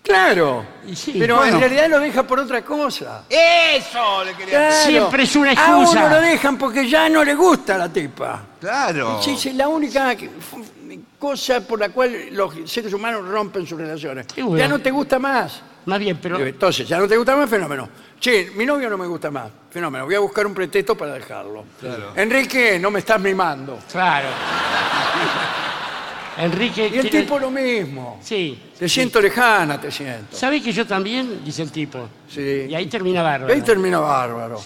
S1: Claro.
S2: Y sí,
S1: pero
S3: bueno.
S1: en realidad lo deja por otra cosa.
S3: ¡Eso! Le quería
S1: Claro.
S2: Siempre es una
S1: A uno
S2: excusa.
S1: lo dejan porque ya no le gusta la tipa.
S3: Claro.
S1: Sí, sí, la única que- f- cosa por la cual los seres humanos rompen sus relaciones.
S2: Qué bueno.
S1: Ya no te gusta más.
S2: Más bien, pero
S1: Digo, Entonces, ya no te gusta más, fenómeno. Che, mi novio no me gusta más, fenómeno. Voy a buscar un pretexto para dejarlo.
S3: Claro.
S1: Enrique, no me estás mimando.
S2: Claro. Enrique.
S1: Y el
S2: quiere-
S1: tipo lo mismo.
S2: Sí.
S1: Te siento lejana, te siento.
S2: ¿Sabe que yo también? Dice el tipo.
S1: Sí.
S2: Y ahí termina bárbaro.
S1: Ahí termina bárbaro.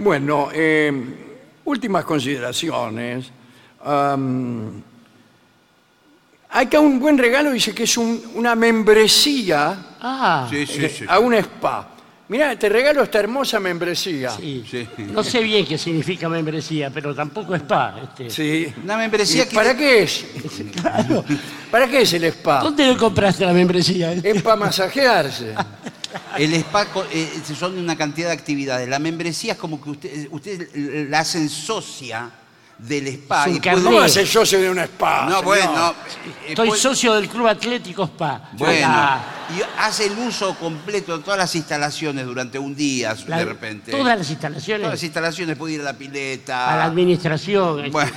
S1: Bueno, eh, últimas consideraciones. Am, acá un buen regalo dice que es un- una membresía eh,
S2: Ah.
S3: Sí, sí, sí.
S1: a un spa. Mirá, te regalo esta hermosa membresía.
S2: sí.
S3: Sí.
S2: No sé bien qué significa membresía, pero tampoco es pa. este.
S1: Sí.
S3: Una
S1: ¿Y
S3: membresía que...
S1: ¿Para qué es? ¿Para qué es el spa?
S2: ¿Dónde lo compraste la membresía?
S1: Es para masajearse.
S3: El spa co- eh, son una cantidad de actividades. La membresía es como que usted, usted la hacen socia del spa.
S2: Es un
S3: y puede-
S2: carnet.
S1: ¿Cómo hace socio de un spa?
S3: No,
S1: señor?
S3: bueno. eh,
S2: Estoy
S1: pues-
S3: puede-
S2: socio del Club Atlético Spa.
S3: Bueno.
S2: Ah,
S3: Y hace el uso completo de todas las instalaciones durante un día,
S2: la-
S3: de repente.
S2: Todas las instalaciones.
S3: Todas las instalaciones, puede ir a la pileta.
S2: a la administración. este.
S3: bueno,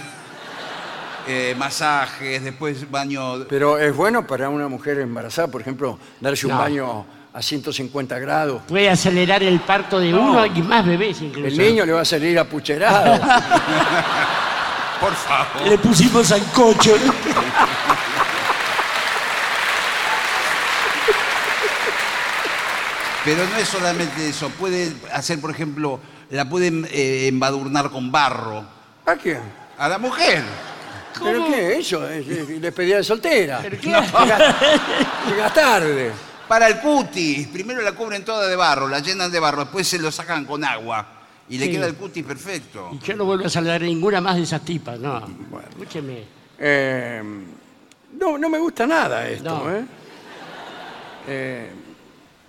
S3: eh, masajes, después baño.
S1: Pero es bueno para una mujer embarazada, por ejemplo, darse un
S2: No.
S1: baño a 150 grados.
S2: Este, Puede acelerar el parto de uno y más bebés incluso.
S1: El niño le va a salir apucherado.
S3: Por favor.
S2: Le pusimos sancocho.
S3: Pero no es solamente eso. Puede hacer, por ejemplo, la pueden eh, embadurnar con barro.
S1: ¿A quién?
S3: A la mujer.
S1: ¿Pero qué? Eso, es, es despedida de soltera.
S2: claro.
S1: Llega- Llegas tarde.
S3: Para el cutis. Primero la cubren toda de barro, la llenan de barro, después se lo sacan con agua. Y le
S2: Sí.
S3: queda el cutis perfecto.
S2: Y yo no vuelvo a saludar a ninguna más de esas tipas, no. Escúcheme.
S1: Eh, No, no me gusta nada esto.
S2: No.
S1: ¿eh? Eh,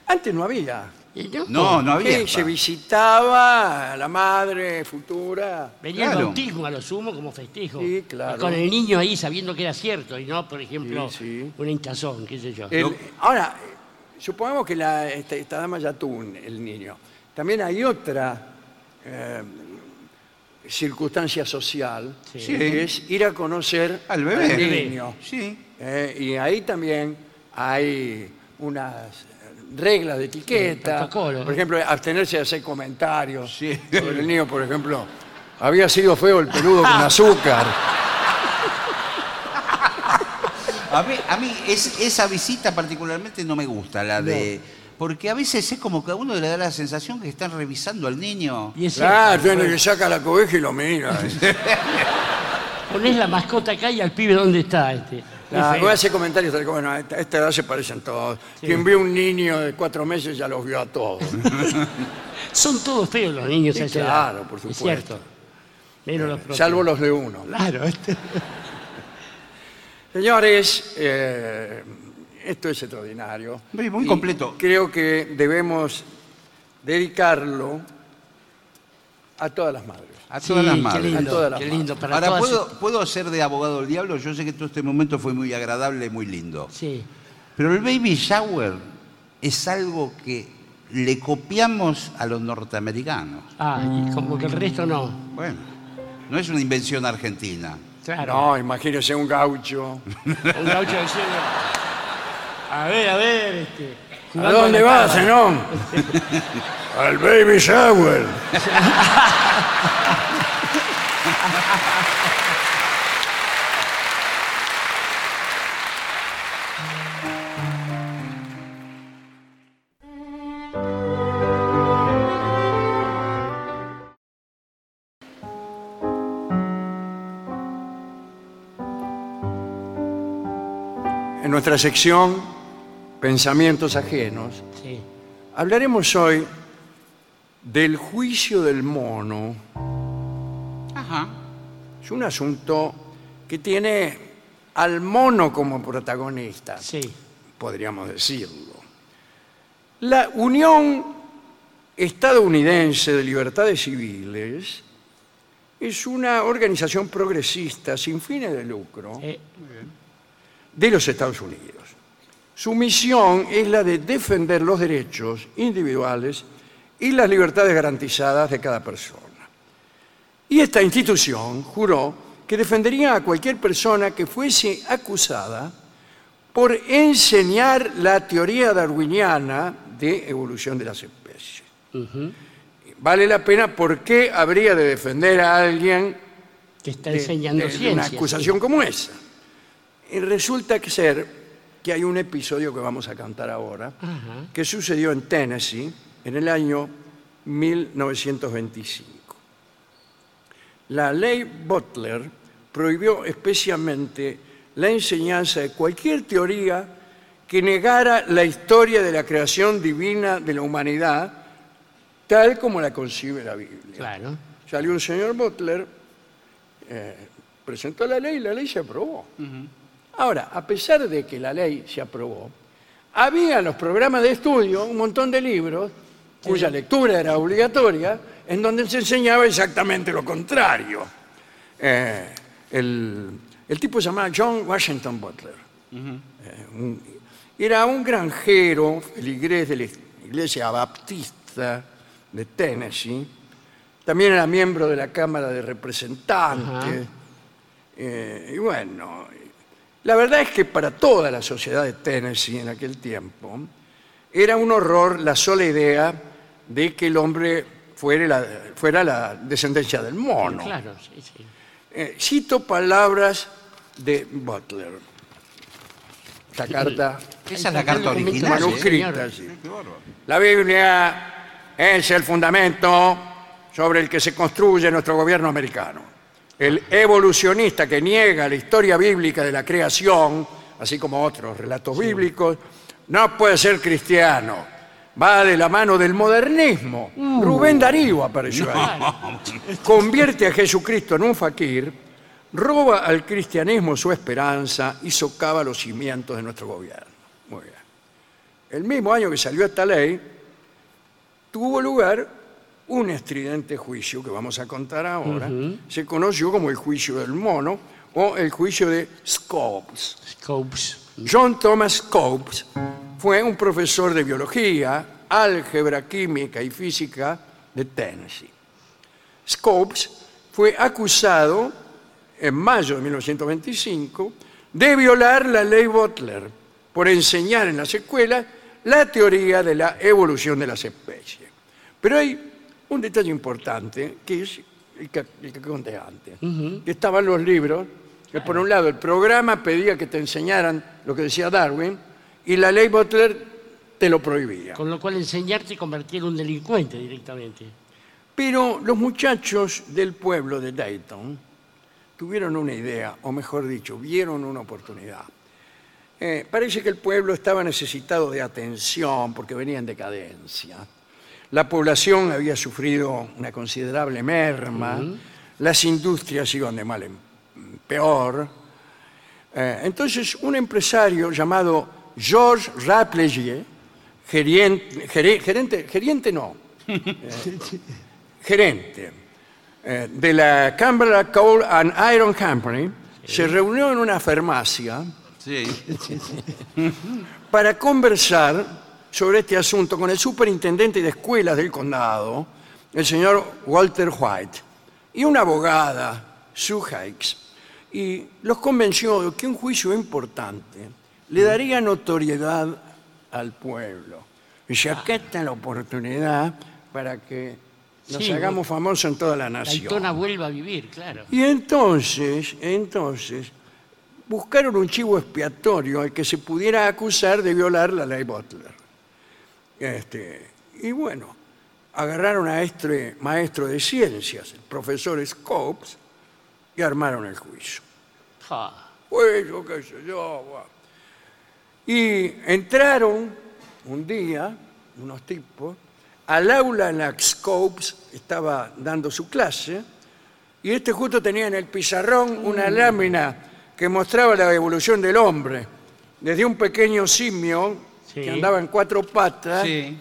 S1: antes no había.
S2: ¿Y no?
S3: No, no había.
S1: Sí, se visitaba a la madre futura.
S2: Venía el
S3: Claro.
S2: bautismo a lo sumo como festejo.
S1: Sí, claro.
S2: Y Con el niño ahí sabiendo que era cierto y no, por ejemplo,
S1: Sí, sí.
S2: un hinchazón, qué sé yo.
S1: El- Ahora, eh, supongamos que la- esta, esta dama ya tuvo un- el niño. También hay otra eh, circunstancia social,
S2: Sí.
S1: que es ir a conocer
S3: Al bebé.
S1: niño.
S3: Sí.
S1: Eh, y ahí también hay unas eh, reglas de etiqueta.
S2: protocolo.
S1: Por ejemplo, abstenerse de hacer comentarios
S3: Sí.
S1: sobre el niño, por ejemplo. Había sido feo el peludo con azúcar.
S3: A mí, a mí es- esa visita particularmente no me gusta, la de. Porque a veces es como que a uno le da la sensación que están revisando al niño.
S2: Y es
S1: Claro,
S2: cierto, pues,
S1: tiene que saca la cobija y lo mira.
S2: ponés la mascota acá y al pibe dónde está este. Muy
S1: Claro,
S2: feo.
S1: voy a hacer comentarios tal que, bueno, a esta, a esta edad se parecen todos. Quien vio un niño de cuatro meses ya los vio a todos.
S2: Son todos feos los niños
S1: Sí,
S2: a esa edad.
S1: claro, por
S2: Es
S1: supuesto. Eh,
S2: cierto. Menos los propios.
S1: salvo los de uno.
S2: Claro, este-
S1: Señores, eh, esto es extraordinario.
S3: Muy- muy
S1: Y
S3: completo.
S1: Creo que debemos dedicarlo a todas las madres.
S3: A
S2: Sí,
S3: todas las
S2: Qué
S3: madres.
S2: lindo,
S1: A todas las
S2: qué lindo para
S3: Ahora,
S2: todas-
S3: ¿puedo, ¿puedo ser de abogado del diablo? Yo sé que todo este momento fue muy agradable, muy lindo.
S2: Sí.
S3: Pero el baby shower es algo que le copiamos a los norteamericanos.
S2: Ah, y como
S1: Mm.
S2: que el resto no.
S3: Bueno, no es una invención argentina.
S2: Claro.
S1: No, imagínese un gaucho.
S2: Un gaucho diciendo. A ver, a ver, este.
S1: ¿A
S2: jugando
S1: dónde
S2: la
S1: vas,
S2: cábala".
S1: Zenón? Al baby shower. En nuestra sección Pensamientos ajenos,
S2: Sí.
S1: Hablaremos hoy del juicio del mono. Es un asunto que tiene al mono como protagonista,
S2: Sí.
S1: podríamos decirlo. La Unión Estadounidense de Libertades Civiles es una organización progresista sin fines de lucro
S2: Eh,
S1: de los Estados Unidos. Su misión es la de defender los derechos individuales y las libertades garantizadas de cada persona. Y esta institución juró que defendería a cualquier persona que fuese acusada por enseñar la teoría darwiniana de evolución de las especies.
S2: ujú.
S1: Vale la pena porque habría de defender a alguien
S2: Que está
S1: de-
S2: enseñando
S1: Eh, de- de
S2: ciencia.
S1: una acusación como esa. Y resulta que ser que hay un episodio que vamos a cantar ahora,
S2: Ajá.
S1: que sucedió en Tennessee en el año 1925. La ley Butler prohibió especialmente la enseñanza de cualquier teoría que negara la historia de la creación divina de la humanidad tal como la concibe la Biblia.
S2: Claro.
S1: Salió un señor Butler, eh, presentó la ley y la ley se aprobó. Ahora, a pesar de que la ley se aprobó, había en los programas de estudio un montón de libros cuya lectura era obligatoria, en donde se enseñaba exactamente lo contrario. Eh, el, el tipo se llamaba John Washington Butler. Eh, un- era un granjero feligrés de la iglesia baptista de Tennessee. También era miembro de la Cámara de Representantes.
S2: Ajá.
S1: Eh, y bueno, la verdad es que para toda la sociedad de Tennessee en aquel tiempo era un horror la sola idea de que el hombre fuera la, fuera la descendencia del mono.
S2: Claro, sí, sí.
S1: Eh, cito palabras de Butler. Esta carta
S3: Esa es
S2: Ahí
S3: la
S2: está,
S3: carta
S2: el documento
S3: original. ¿eh?
S1: manuscrita.
S2: señor.
S1: sí. La Biblia es el fundamento sobre el que se construye nuestro gobierno americano. El evolucionista que niega la historia bíblica de la creación, así como otros relatos bíblicos, no puede ser cristiano. Va de la mano del modernismo. Rubén Darío apareció ahí. Convierte a Jesucristo en un fakir, roba al cristianismo su esperanza y socava los cimientos de nuestro gobierno. Muy bien. El mismo año que salió esta ley, tuvo lugar un estridente juicio que vamos a contar ahora. Se conoció como el juicio del mono o el juicio de Scopes.
S2: Scopes.
S1: John Thomas Scopes fue un profesor de biología, álgebra, química y física de Tennessee. Scopes fue acusado en mayo de 1925 de violar la ley Butler por enseñar en las escuelas la teoría de la evolución de las especies. Pero hay un detalle importante que es el que, el que conté antes. que Estaban los libros, que por un lado el programa pedía que te enseñaran lo que decía Darwin y la ley Butler te lo prohibía.
S2: Con lo cual enseñarte y convertir en un delincuente directamente.
S1: Pero los muchachos del pueblo de Dayton tuvieron una idea, o mejor dicho, vieron una oportunidad. Eh, parece que el pueblo estaba necesitado de atención porque venía en decadencia. La población había sufrido una considerable merma, las industrias iban de mal en peor. Eh, entonces, un empresario llamado Georges Raplegier, gerente, gerente, gerente no, gerente eh, de la Canberra Coal and Iron Company se reunió en una farmacia
S3: Sí.
S1: para conversar sobre este asunto con el superintendente de escuelas del condado, el señor Walter White, y una abogada, Sue Hikes, y los convenció de que un juicio importante
S2: Mm.
S1: le daría notoriedad al pueblo. Y se acata la oportunidad para que nos
S2: Sí,
S1: hagamos famosos en toda la nación.
S2: Daytona vuelva a vivir, claro.
S1: Y entonces, entonces, buscaron un chivo expiatorio al que se pudiera acusar de violar la ley Butler. Este, y bueno, agarraron a este maestro de ciencias, el profesor Scopes, y armaron el juicio.
S2: Ja.
S1: Pues yo qué sé yo. va. Y entraron un día, unos tipos, al aula en la que Scopes estaba dando su clase, y este justo tenía en el pizarrón una
S3: Mm.
S1: lámina que mostraba la evolución del hombre, desde un pequeño simio
S2: Sí.
S1: que andaba en cuatro patas
S3: Sí.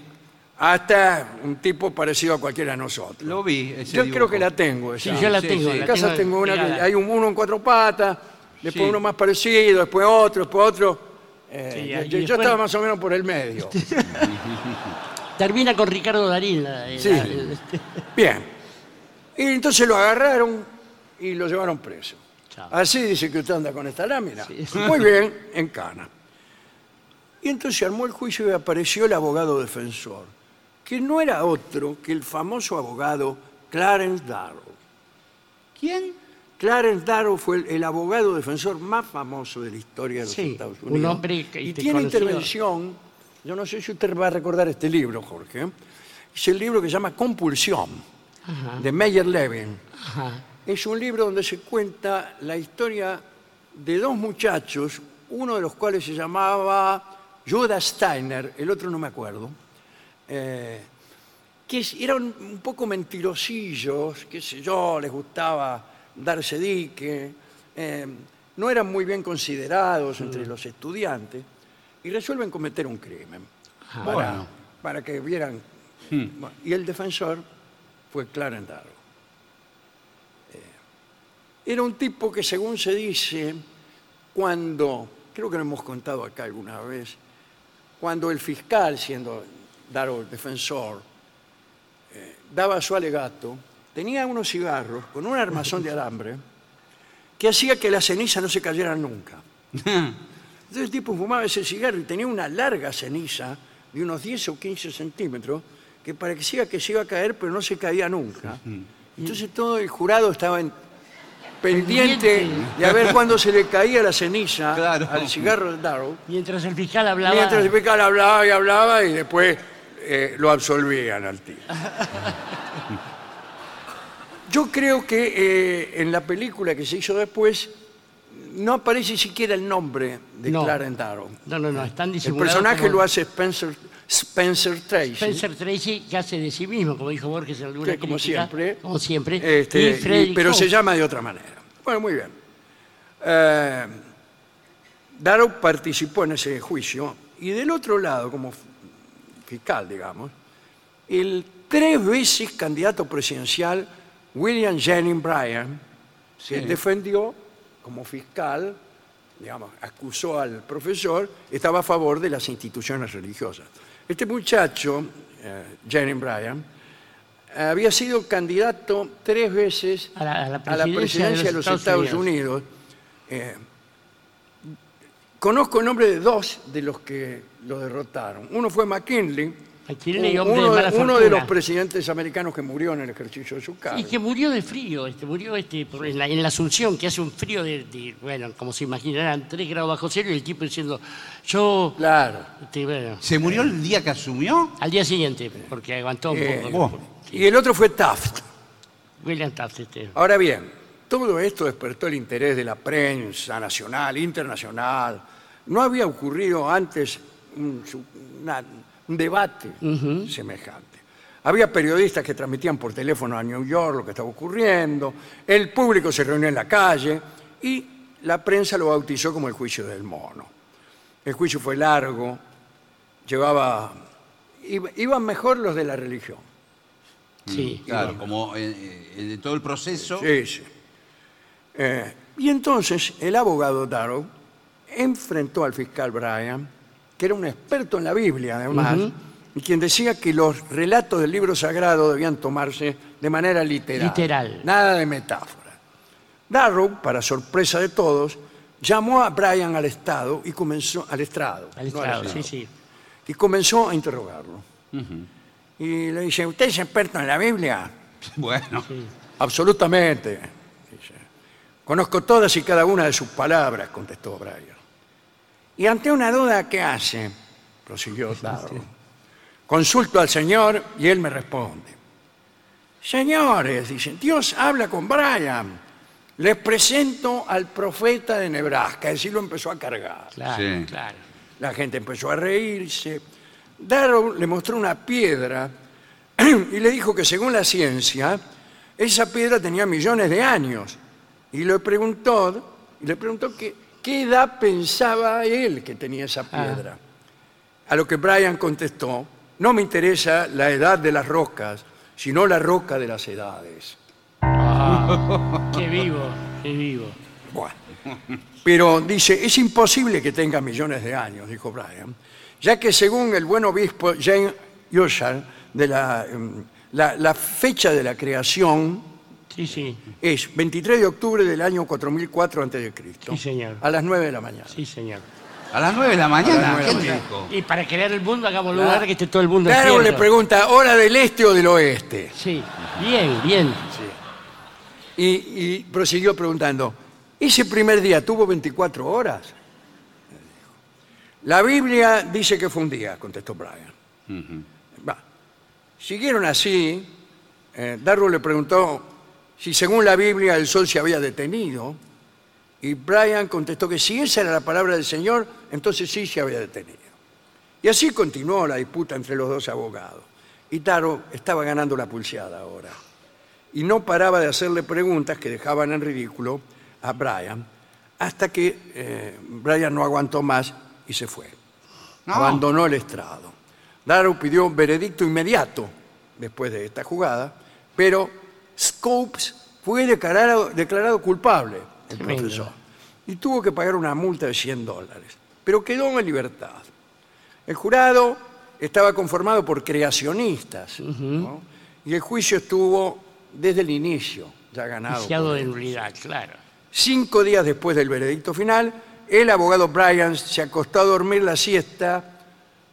S1: hasta un tipo parecido a cualquiera de nosotros.
S3: Lo vi. ese
S1: yo creo
S3: dibujo.
S1: que la tengo.
S2: Sí,
S1: esa.
S2: yo la
S3: sí,
S2: tengo.
S3: sí.
S1: En
S2: la
S1: casa tengo una, que-
S2: pegada.
S1: hay un, uno en cuatro patas, después
S3: Sí.
S1: uno más parecido, después otro, después otro. Eh, yo,
S2: Sí, y
S1: yo
S2: después-
S1: estaba más o menos por el medio.
S2: Termina con Ricardo Darín. la- la-
S1: Sí.
S2: la-
S1: Bien. Y entonces lo agarraron y lo llevaron preso.
S2: Chao.
S1: Así dice que usted anda con esta lámina. Muy bien, en cana. Y entonces armó el juicio y apareció el abogado defensor, que no era otro que el famoso abogado Clarence Darrow.
S3: ¿Quién?
S1: Clarence Darrow fue el, el abogado defensor más famoso de la historia de los
S2: Sí,
S1: Estados
S2: un
S1: Unidos.
S2: hombre que-
S1: y
S2: este,
S1: tiene
S2: conocido.
S1: intervención, yo no sé si usted va a recordar este libro, Jorge, es el libro que se llama Compulsión, de Meyer Levin. Ah.
S2: Ajá.
S1: Es un libro donde se cuenta la historia de dos muchachos, uno de los cuales se llamaba Judah Steiner, el otro no me acuerdo, eh, que es- eran un poco mentirosillos, qué sé yo, les gustaba darse dique, eh, no eran muy bien considerados entre los estudiantes, y resuelven cometer un crimen
S2: Ah,
S1: para,
S3: bueno.
S1: para que vieran. Bueno, Y el defensor fue Clarence Darrow. Eh, era un tipo que, según se dice, cuando, creo que lo hemos contado acá alguna vez, cuando el fiscal, siendo Darrow el defensor, eh, daba su alegato, tenía unos cigarros con un armazón de alambre que hacía que las cenizas no se cayeran nunca. Entonces el tipo fumaba ese cigarro y tenía una larga ceniza de unos 10 o 15 centímetros que parecía que se iba a caer, pero no se caía nunca. Entonces todo el jurado estaba en- pendiente
S2: Pendiente.
S1: de a ver cuándo se le caía la ceniza
S3: Claro.
S1: al cigarro de Darrow.
S2: Mientras el fiscal hablaba.
S1: Mientras el fiscal hablaba y hablaba y después eh, lo absolvían al tío. Yo creo que eh, en la película que se hizo después no aparece siquiera el nombre de
S2: No.
S1: Clarence Darrow.
S2: No, no, no, están
S1: Eh, El
S2: disimulados.
S1: personaje
S2: como
S1: lo hace Spencer, Spencer Tracy.
S2: Spencer Tracy que hace de sí mismo, como dijo Borges en alguna
S1: que como
S2: crítica,
S1: siempre.
S2: Como siempre.
S1: Este,
S2: y Frederick
S1: y- pero se
S2: Hough.
S1: llama de otra manera. Bueno, muy bien. eh, Darrow participó en ese juicio y del otro lado, como f- fiscal, digamos, el tres veces candidato presidencial William Jennings Bryan, que defendió como fiscal, digamos, acusó al profesor, estaba a favor de las instituciones religiosas. Este muchacho, eh, Jennings Bryan, había sido candidato tres veces
S2: A la- a la presidencia de los Estados
S1: Unidos. Eh, conozco el nombre de dos de los que lo derrotaron. Uno fue McKinley,
S2: McKinley,
S1: un-
S2: hombre de
S1: uno,
S2: mala
S1: uno de
S2: fortuna.
S1: los presidentes americanos que murió en el ejercicio de su cargo.
S2: Y que murió de frío, este, murió este, por- en, la, en la Asunción, que hace un frío de, de- bueno, como se imaginarán, 3 grados bajo cero, y el tipo diciendo, yo,
S1: Claro.
S2: este, bueno,
S3: ¿Se murió el día que asumió?
S2: al día siguiente, porque aguantó un
S1: Eh,
S2: poco.
S3: Buah.
S1: Y el otro fue Taft.
S2: William Taft, este.
S1: Ahora bien, todo esto despertó el interés de la prensa nacional, internacional. No había ocurrido antes un, su- una- un debate semejante. Había periodistas que transmitían por teléfono a New York lo que estaba ocurriendo, el público se reunió en la calle y la prensa lo bautizó como el juicio del mono. El juicio fue largo, llevaba... iba- iban mejor los de la religión. Mm.
S2: Sí.
S3: Claro, como en, en- en todo el proceso.
S1: Sí, sí. Eh, y entonces el abogado Darrow enfrentó al fiscal Bryan, que era un experto en la Biblia además, y quien decía que los relatos del libro sagrado debían tomarse de manera literal.
S2: Literal.
S1: Nada de metáfora. Darrow, para sorpresa de todos, llamó a Bryan al estado y comenzó al estrado.
S2: Al
S1: no al
S2: estrado,
S1: Estado
S2: sí, sí.
S1: y comenzó a interrogarlo. Y le dice, ¿usted es experto en la Biblia?
S3: Bueno,
S1: Absolutamente, dice. Conozco todas y cada una de sus palabras, contestó Brian. Y ante una duda, ¿qué hace? Prosiguió Darrow. Consulto al Señor y él me responde. Señores, dicen, Dios habla con Brian. Les presento al profeta de Nebraska. Así lo empezó a cargar.
S2: Claro,
S3: Sí.
S2: claro.
S1: La gente empezó a reírse. Darrow le mostró una piedra y le dijo que según la ciencia, esa piedra tenía millones de años. Y le preguntó, le preguntó que- qué edad pensaba él que tenía esa piedra. A lo que Brian contestó, no me interesa la edad de las rocas, sino la roca de las edades.
S2: Ah, qué vivo, qué vivo.
S1: Bueno. Pero dice, es imposible que tenga millones de años, dijo Brian, ya que según el buen obispo James Ushar, de la, mm, la- la fecha de la creación
S2: Sí, sí,
S1: es 23 de octubre del año 4004 a.C.
S2: Sí, señor.
S1: A las 9 de la mañana.
S2: sí, señor.
S3: a las 9 de la mañana.
S1: nueve de
S3: ¿Qué
S1: la mañana.
S3: rico.
S2: Y para crear el mundo, hagamos lugar que esté todo el mundo
S1: Claro, le
S2: despierto.
S1: pregunta, ¿hora del este o del oeste?
S2: Sí, bien, bien.
S1: Y, y prosiguió preguntando, ¿ese primer día tuvo 24 horas? Le dijo. La Biblia dice que fue un día, contestó Brian. Va. Siguieron así. eh, Darrow le preguntó si según la Biblia el sol se había detenido. Y Brian contestó que si esa era la palabra del Señor, entonces sí se había detenido. Y así continuó la disputa entre los dos abogados. Y Darrow estaba ganando la pulseada ahora. Y no paraba de hacerle preguntas que dejaban en ridículo a Brian, hasta que eh, Brian no aguantó más y se fue.
S3: No.
S1: Abandonó el estrado. Darrow pidió un veredicto inmediato después de esta jugada, pero Scopes fue declarado, declarado culpable, el
S2: Tremendo.
S1: profesor, y tuvo que pagar una multa de 100 dólares, pero quedó en libertad. El jurado estaba conformado por creacionistas ¿no? y el juicio estuvo desde el inicio, ya ganado.
S2: Iniciado
S1: por
S2: de
S1: él.
S2: nulidad, claro.
S1: Cinco días después del veredicto final, el abogado Bryan se acostó a dormir la siesta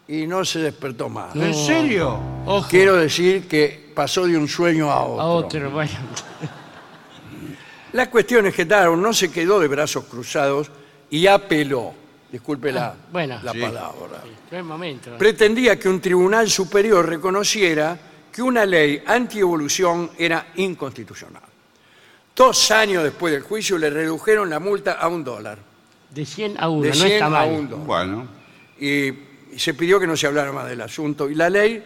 S1: y no se despertó más.
S3: ¿En serio?
S2: Ojo,
S1: Quiero decir que pasó de un sueño a otro.
S2: a otro, bueno.
S1: La cuestión es que Darrow no se quedó de brazos cruzados y apeló. Disculpe la,
S2: Ah, bueno.
S1: la
S2: Sí.
S1: palabra.
S2: No es momento.
S1: pretendía que un tribunal superior reconociera que una ley antievolución era inconstitucional. Dos años después del juicio le redujeron la multa a un dólar,
S2: De 100 a 1,
S1: de
S2: no
S1: 100
S2: está
S1: a
S2: mal.
S1: un dólar.
S3: Bueno.
S1: Y se pidió que no se hablara más del asunto y la ley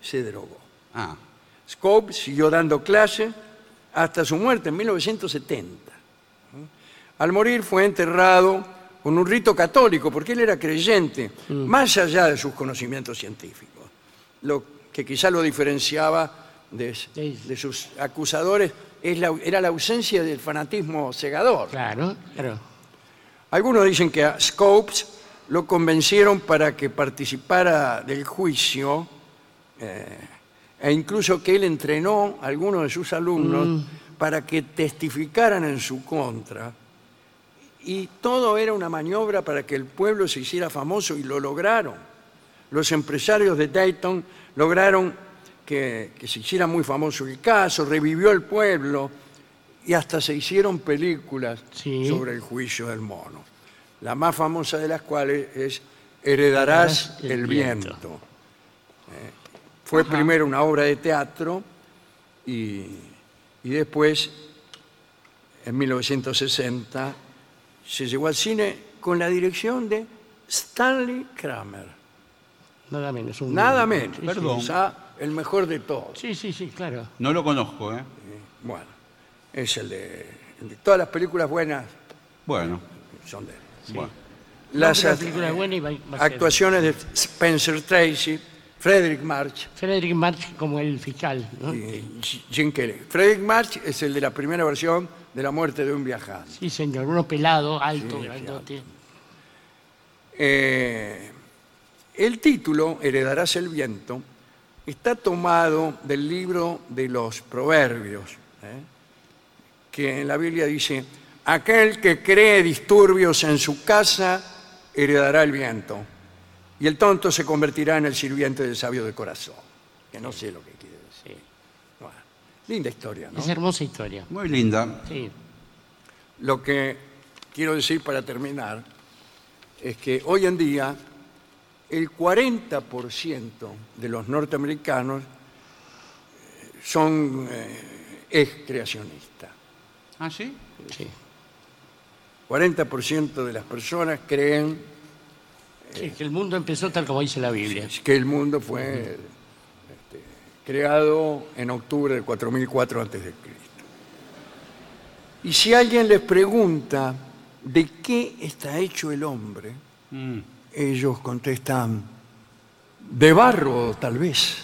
S1: se derogó.
S3: Ah,
S1: Scope siguió dando clases hasta su muerte en 1970. Al morir fue enterrado con un rito católico, porque él era creyente,
S2: Mm.
S1: más allá de sus conocimientos científicos, lo que quizá lo diferenciaba de,
S2: Sí.
S1: de sus acusadores es la- era la ausencia del fanatismo cegador.
S2: Claro, claro.
S1: Algunos dicen que a Scopes lo convencieron para que participara del juicio eh, e incluso que él entrenó a algunos de sus alumnos para que testificaran en su contra. Y todo era una maniobra para que el pueblo se hiciera famoso y lo lograron. Los empresarios de Dayton lograron que, que se hiciera muy famoso el caso, revivió el pueblo y hasta se hicieron películas
S2: Sí.
S1: sobre el juicio del mono. La más famosa de las cuales es Heredarás el,
S2: El
S1: viento.
S2: viento.
S1: Eh, fue primero una obra de teatro y, y después, en 1960, se llevó al cine con la dirección de Stanley Kramer.
S2: Nada menos. un-
S1: Nada menos.
S2: Sí,
S3: Perdón.
S1: Quizá el mejor de todos.
S2: Sí, sí, sí, claro.
S3: No lo conozco, ¿eh?
S1: Bueno, es el de, el de todas las películas buenas
S3: Bueno,
S1: son de él.
S3: bueno.
S1: Las
S2: una
S1: act-
S2: película buena y va- va a ser.
S1: actuaciones de Spencer Tracy, Frederick March
S2: Frederick March como el fiscal, ¿no?
S1: y Jim eh, Kelly. Frederick March es el de la primera versión de La muerte de un viajante.
S2: Sí, señor. Uno pelado, alto, grandote.
S1: Eh, el título, Heredarás el viento, está tomado del libro de los proverbios, ¿eh? que en la Biblia dice, aquel que cree disturbios en su casa, heredará el viento, y el tonto se convertirá en el sirviente del sabio de corazón, que no sé lo que quiere decir. Bueno, linda historia, ¿no?
S2: Es hermosa historia.
S3: Muy linda.
S2: Sí.
S1: Lo que quiero decir para terminar es que hoy en día el 40% de los norteamericanos eh, son eh, es creacionista.
S3: ¿Ah, sí?
S1: Eh.
S2: sí.
S1: 40% de las personas creen
S2: Sí, que el mundo empezó tal como dice la Biblia.
S1: que el mundo fue este, creado en octubre de 4004 antes de Cristo. Y si alguien les pregunta de qué está hecho el hombre, ellos contestan de barro tal vez.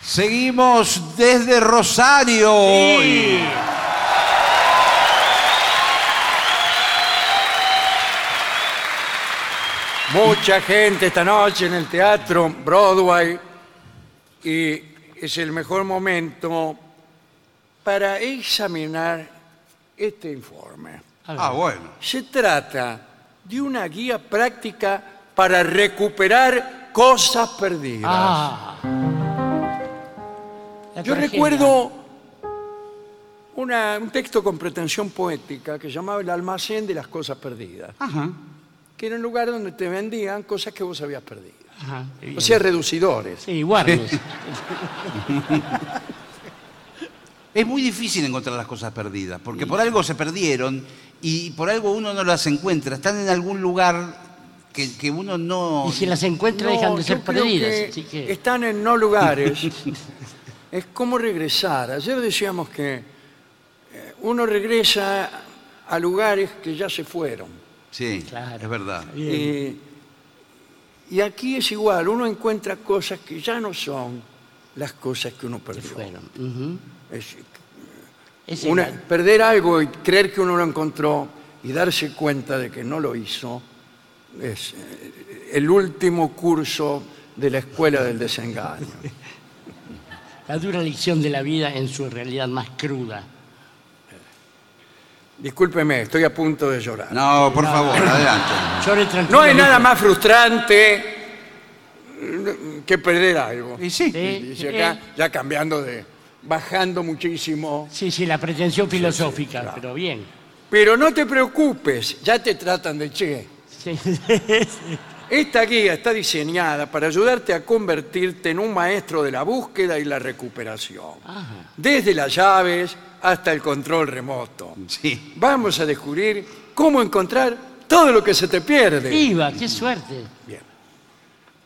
S3: Seguimos desde Rosario. hoy.
S1: Mucha gente esta noche en el teatro Broadway y es el mejor momento para examinar este informe.
S2: A ver.
S3: Ah, bueno.
S1: Se trata de una guía práctica para recuperar cosas perdidas.
S2: Ah. La
S1: Yo
S2: tragedia.
S1: recuerdo una- un texto con pretensión poética que llamaba El almacén de las cosas perdidas,
S3: Ajá.
S1: que era un lugar donde te vendían cosas que vos habías perdido.
S2: Ajá, bien.
S1: O sea, reducidores.
S2: Sí, guardias.
S3: Es muy difícil encontrar las cosas perdidas, porque por algo se perdieron y por algo uno no las encuentra. Están en algún lugar que, que uno no...
S2: Y si las encuentra dejan
S1: No,
S2: de
S1: yo
S2: ser
S1: creo
S2: perdidas.
S1: que
S2: así que-
S1: Están en no lugares. es como regresar. Ayer decíamos que eh, uno regresa a lugares que ya se fueron.
S3: Sí,
S2: Claro.
S3: es verdad.
S1: Eh, y aquí es igual, uno encuentra cosas que ya no son las cosas que uno
S2: que
S1: perdió.
S2: fueron. Ujú.
S1: Es-
S2: Ese
S1: una-
S2: era-
S1: perder algo y creer que uno lo encontró y darse cuenta de que no lo hizo es eh, el último curso de la escuela del desengaño.
S2: la dura lección de la vida en su realidad más cruda.
S1: Discúlpeme, estoy a punto de llorar. No,
S3: No, por favor, adelante.
S2: Llore tranquilo,
S1: hay
S2: hijo.
S1: nada más frustrante eh, que perder algo.
S3: Y sí,
S2: Sí,
S1: Y acá,
S2: eh,
S1: ya cambiando de, bajando muchísimo.
S2: sí, sí, la pretensión filosófica, pero bien.
S1: Pero no te preocupes, ya te tratan de che.
S2: Sí.
S1: Esta guía está diseñada para ayudarte a convertirte en un maestro de la búsqueda y la recuperación.
S2: Ajá.
S1: Desde las llaves hasta el control remoto.
S3: sí.
S1: Vamos a descubrir cómo encontrar todo lo que se te pierde.
S2: Viva, qué suerte.
S1: Bien.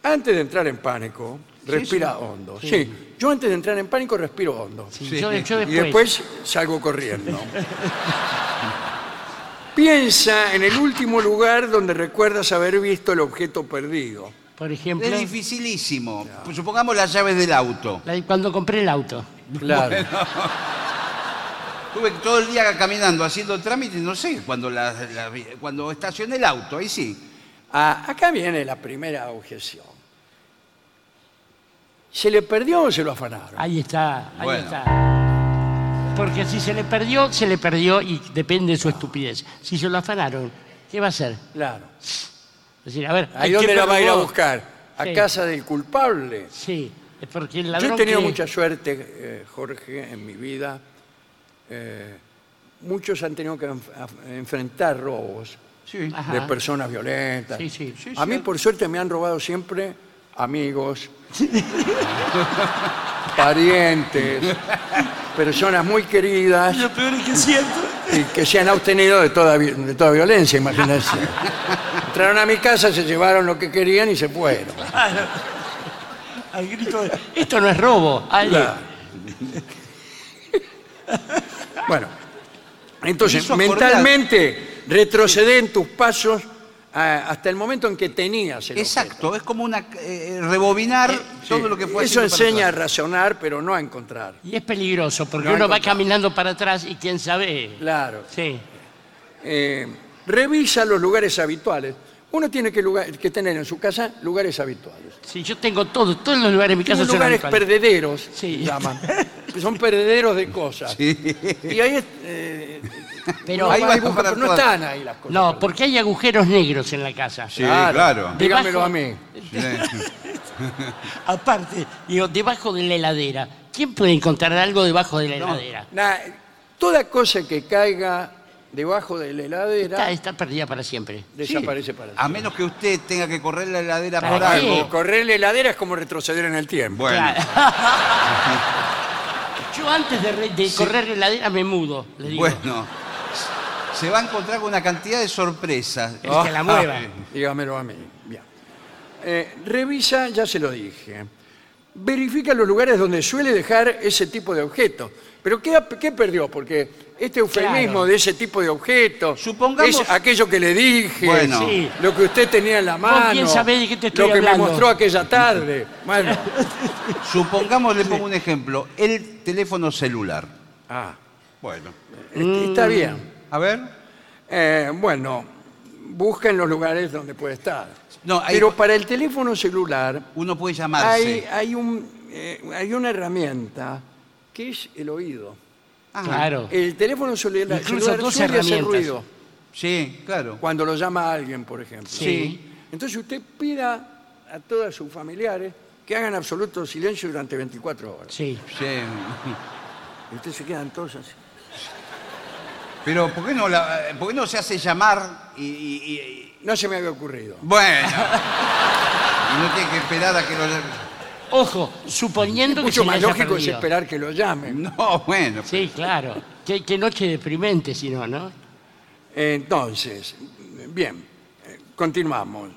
S1: Antes de entrar en pánico, Respira hondo. Sí. yo antes de entrar en pánico respiro hondo.
S2: Sí,
S3: Sí.
S2: Yo, yo
S1: Y después salgo corriendo. Piensa en el último lugar donde recuerdas haber visto el objeto perdido.
S2: por ejemplo,
S3: Es dificilísimo. Pues Supongamos las llaves del auto.
S2: la de cuando compré el auto.
S1: Claro.
S3: Estuve todo el día caminando, haciendo trámites, no sé, cuando, la, la- cuando estacioné el auto, ahí sí.
S1: Ah, acá viene la primera objeción. ¿Se le perdió o se lo afanaron?
S2: Ahí está, ahí
S3: Bueno.
S2: está. Porque si se le perdió, se le perdió y depende de su estupidez. Si se lo afanaron, ¿qué va a hacer?
S1: Claro.
S2: Es decir, a ver,
S1: ¿Ahí
S2: ¿a quién
S1: dónde la
S2: me
S1: va a ir a
S2: robó?
S1: buscar? ¿A
S2: Sí.
S1: casa del culpable?
S2: Sí, es porque el
S1: Yo
S2: ladrón
S1: he tenido
S2: que-
S1: mucha suerte, eh, Jorge, en mi vida. Eh, muchos han tenido que enf- af- enfrentar robos
S3: Sí.
S2: Ah. Ajá.
S1: de personas violentas.
S2: Sí, sí.
S3: Sí,
S1: a mí,
S3: sí.
S1: por suerte, me han robado siempre amigos, parientes, personas muy queridas
S2: Lo peor es que siento.
S1: y que se han abstenido de toda, vi- de toda violencia, imagínense. Entraron a mi casa, se llevaron lo que querían y se fueron.
S2: Al grito de, Esto no es robo. Ale".
S1: Claro. bueno, entonces
S3: Hizo acordar.
S1: mentalmente retroceden tus pasos a- hasta el momento en que tenías el
S3: Exacto, es como una eh, rebobinar
S1: objeto.
S3: todo
S1: Sí.
S3: lo que fue
S1: Eso
S3: haciendo para
S1: enseña a
S3: atrás.
S1: razonar, pero no a encontrar.
S2: Y es peligroso porque
S1: No hay
S2: uno va
S1: control.
S2: caminando para atrás y quién sabe.
S1: Claro.
S2: Sí.
S1: Eh, revisa los lugares habituales. Uno tiene que, lugar- que tener en su casa lugares habituales.
S2: Sí, yo tengo todo, todos los lugares de mi casa
S1: Tiene
S2: son
S1: lugares
S2: habituales.
S1: perdederos,
S2: Sí.
S1: se llaman. que son perdederos de cosas. Y ahí es, eh,
S2: Pero
S1: no,
S3: Ahí
S1: hay
S3: va
S1: busca,
S3: para
S1: pero no
S3: todas.
S1: están ahí las cosas.
S2: No, porque hay agujeros negros en la casa.
S3: Sí, claro.
S1: Dígamelo
S2: Debajo-
S1: a mí.
S3: Sí.
S2: Aparte, digo, debajo de la heladera. ¿Quién puede encontrar algo debajo de la heladera?
S1: Na- toda cosa que caiga debajo de la
S2: Está,
S1: heladera
S2: está perdida para siempre.
S1: desaparece para
S3: A
S1: siempre.
S3: menos que usted tenga que correr la heladera
S2: ¿Para
S3: por
S2: qué?
S3: algo.
S1: Correr la heladera es como retroceder en el tiempo.
S3: Bueno,
S2: Yo antes de, re- de correr la heladera me mudo, le digo.
S3: bueno. Se va a encontrar con una cantidad de sorpresas. Ah, eh,
S2: El que Este, la
S1: Ah.
S2: mueva.
S1: Dígamelo a mí. Bien. Eh, revisa, ya se lo dije. Verifica los lugares donde suele dejar ese tipo de objetos. Pero ¿qué, ha- qué perdió? Porque este eufemismo
S2: Claro.
S1: de ese tipo de objetos
S3: Supongamos-
S1: es aquello que le dije,
S3: Bueno.
S2: Sí.
S1: lo que usted tenía en la
S2: Vos
S1: mano,
S2: bien sabés de qué te estoy
S1: lo que
S2: hablando.
S1: me mostró aquella tarde. Bueno,
S3: Supongamos, le pongo un ejemplo, el teléfono celular.
S1: ah,
S3: Bueno.
S2: Mm.
S1: está bien.
S3: A ver.
S1: Eh, bueno, busca en los lugares donde puede estar.
S3: No, hay-
S1: Pero para el teléfono celular
S3: Uno puede llamarse.
S1: hay, hay, un, eh, hay una herramienta que es el oído. Ah.
S2: Ah. Claro.
S1: El teléfono celular,
S2: Oh. Incluso
S1: celular
S2: dos
S1: suele hacer
S2: herramientas.
S1: ruido
S3: Sí, claro.
S1: cuando lo llama alguien, por ejemplo.
S2: Sí.
S1: Entonces usted pida a todos sus familiares que hagan absoluto silencio durante 24 horas.
S2: Sí.
S3: Sí.
S1: Y ustedes se quedan todos así.
S3: Pero ¿por qué no, la- eh, por qué no se hace llamar y, y- y-
S1: No se me había ocurrido.
S3: Bueno. y no tiene que esperar a que lo llamen.
S2: Ojo, suponiendo que
S1: Mucho
S2: se le
S1: más
S2: haya
S1: lógico es
S2: perdido.
S1: esperar que lo llamen.
S3: No, bueno.
S2: Sí, claro. Qué, qué noche deprimente, si no, ¿no?
S1: Entonces, bien, eh, continuamos.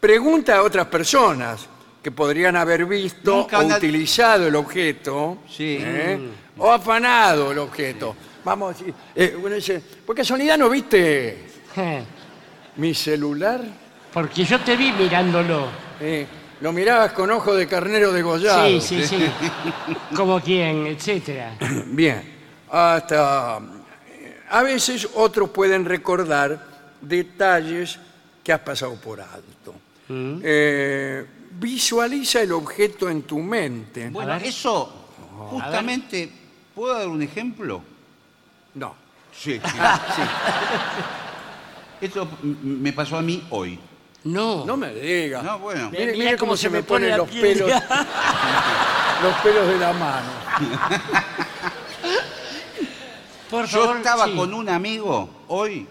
S1: Pregunta a otras personas que podrían haber visto
S3: Nunca
S1: o
S3: nadie-
S1: utilizado el objeto
S3: Sí.
S1: ¿eh? o afanado el objeto. Vamos, sí, eh, uno dice, ¿por casualidad no viste
S2: Je,
S1: mi celular?
S2: Eh, Porque yo te vi mirándolo.
S1: Eh, lo mirabas con ojo de carnero degollado.
S2: Sí, sí, sí. Como quien, etcétera.
S1: Bien, hasta eh, a veces otros pueden recordar detalles que has pasado por alto.
S3: Mm.
S1: Eh, visualiza el objeto en tu mente.
S3: Bueno,
S2: A ver.
S3: eso, justamente, ¿puedo dar un ejemplo?
S1: No.
S3: Sí. Esto m- me pasó a mí hoy.
S2: No.
S1: No me digas.
S3: No, bueno.
S1: Mire,
S2: Mirá
S1: mire cómo, se me ponen
S2: la
S1: los
S2: piel.
S1: pelos, los pelos de la mano.
S2: Por
S3: Yo
S2: favor,
S3: estaba
S2: sí.
S3: con un amigo hoy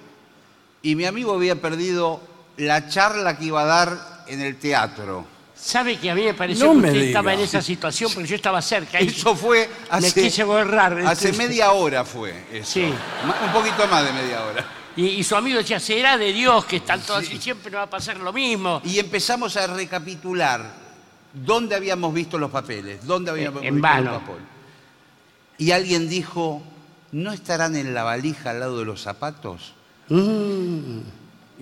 S3: y mi amigo había perdido la charla que iba a dar en el teatro.
S2: Sabe que a mí me pareció
S1: No
S2: que
S1: me
S2: usted
S1: diga.
S2: estaba en esa situación porque yo estaba cerca. y-
S3: Eso fue hace,
S2: quise borrar,
S3: hace
S2: entonces.
S3: media hora fue eso.
S2: Sí.
S3: Ma- Un poquito más de media hora.
S2: Y, y su amigo decía, será de Dios que están todos y siempre nos va a pasar lo mismo.
S3: Y empezamos a recapitular ¿Dónde habíamos visto los papeles? ¿Dónde habíamos
S2: En
S3: visto
S2: vano.
S3: los papeles? Y alguien dijo, ¿no estarán en la valija al lado de los zapatos?
S1: Y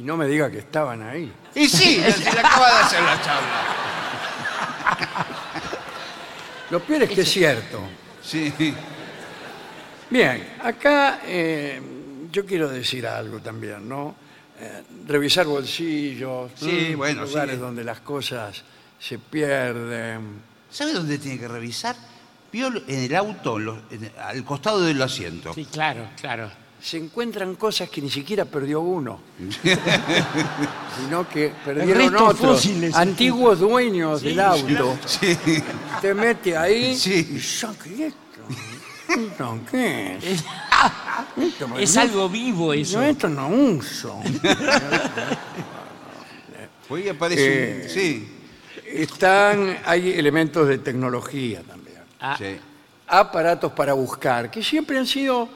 S1: no me diga que estaban ahí.
S3: Y sí, se le acaba de hacer la charla.
S1: Lo peor es que es cierto.
S3: Sí.
S1: Bien, acá eh, yo quiero decir algo también, ¿no? Eh, revisar bolsillos,
S3: Sí,
S1: mm,
S3: bueno, sí.
S1: lugares donde las cosas se pierden.
S3: ¿Sabe dónde tiene que revisar? Vio en el auto, en los- en- al costado del asiento.
S2: Sí, claro, claro.
S1: Se encuentran cosas que ni siquiera perdió uno, sino que perdieron
S2: resto
S1: otros.
S2: fósiles.
S1: Antiguos dueños del auto.
S3: Sí.
S1: Te mete ahí
S3: Sí.
S1: y yo, ¿qué es esto? Esto, ¿Qué es? Esto,
S2: Es
S1: no-
S2: algo vivo eso.
S1: Yo esto no uso.
S3: Hoy aparece un-
S1: Eh.
S3: Sí.
S1: Están, hay elementos de tecnología también.
S2: Ah,
S3: Sí.
S1: Aparatos para buscar, que siempre han sido,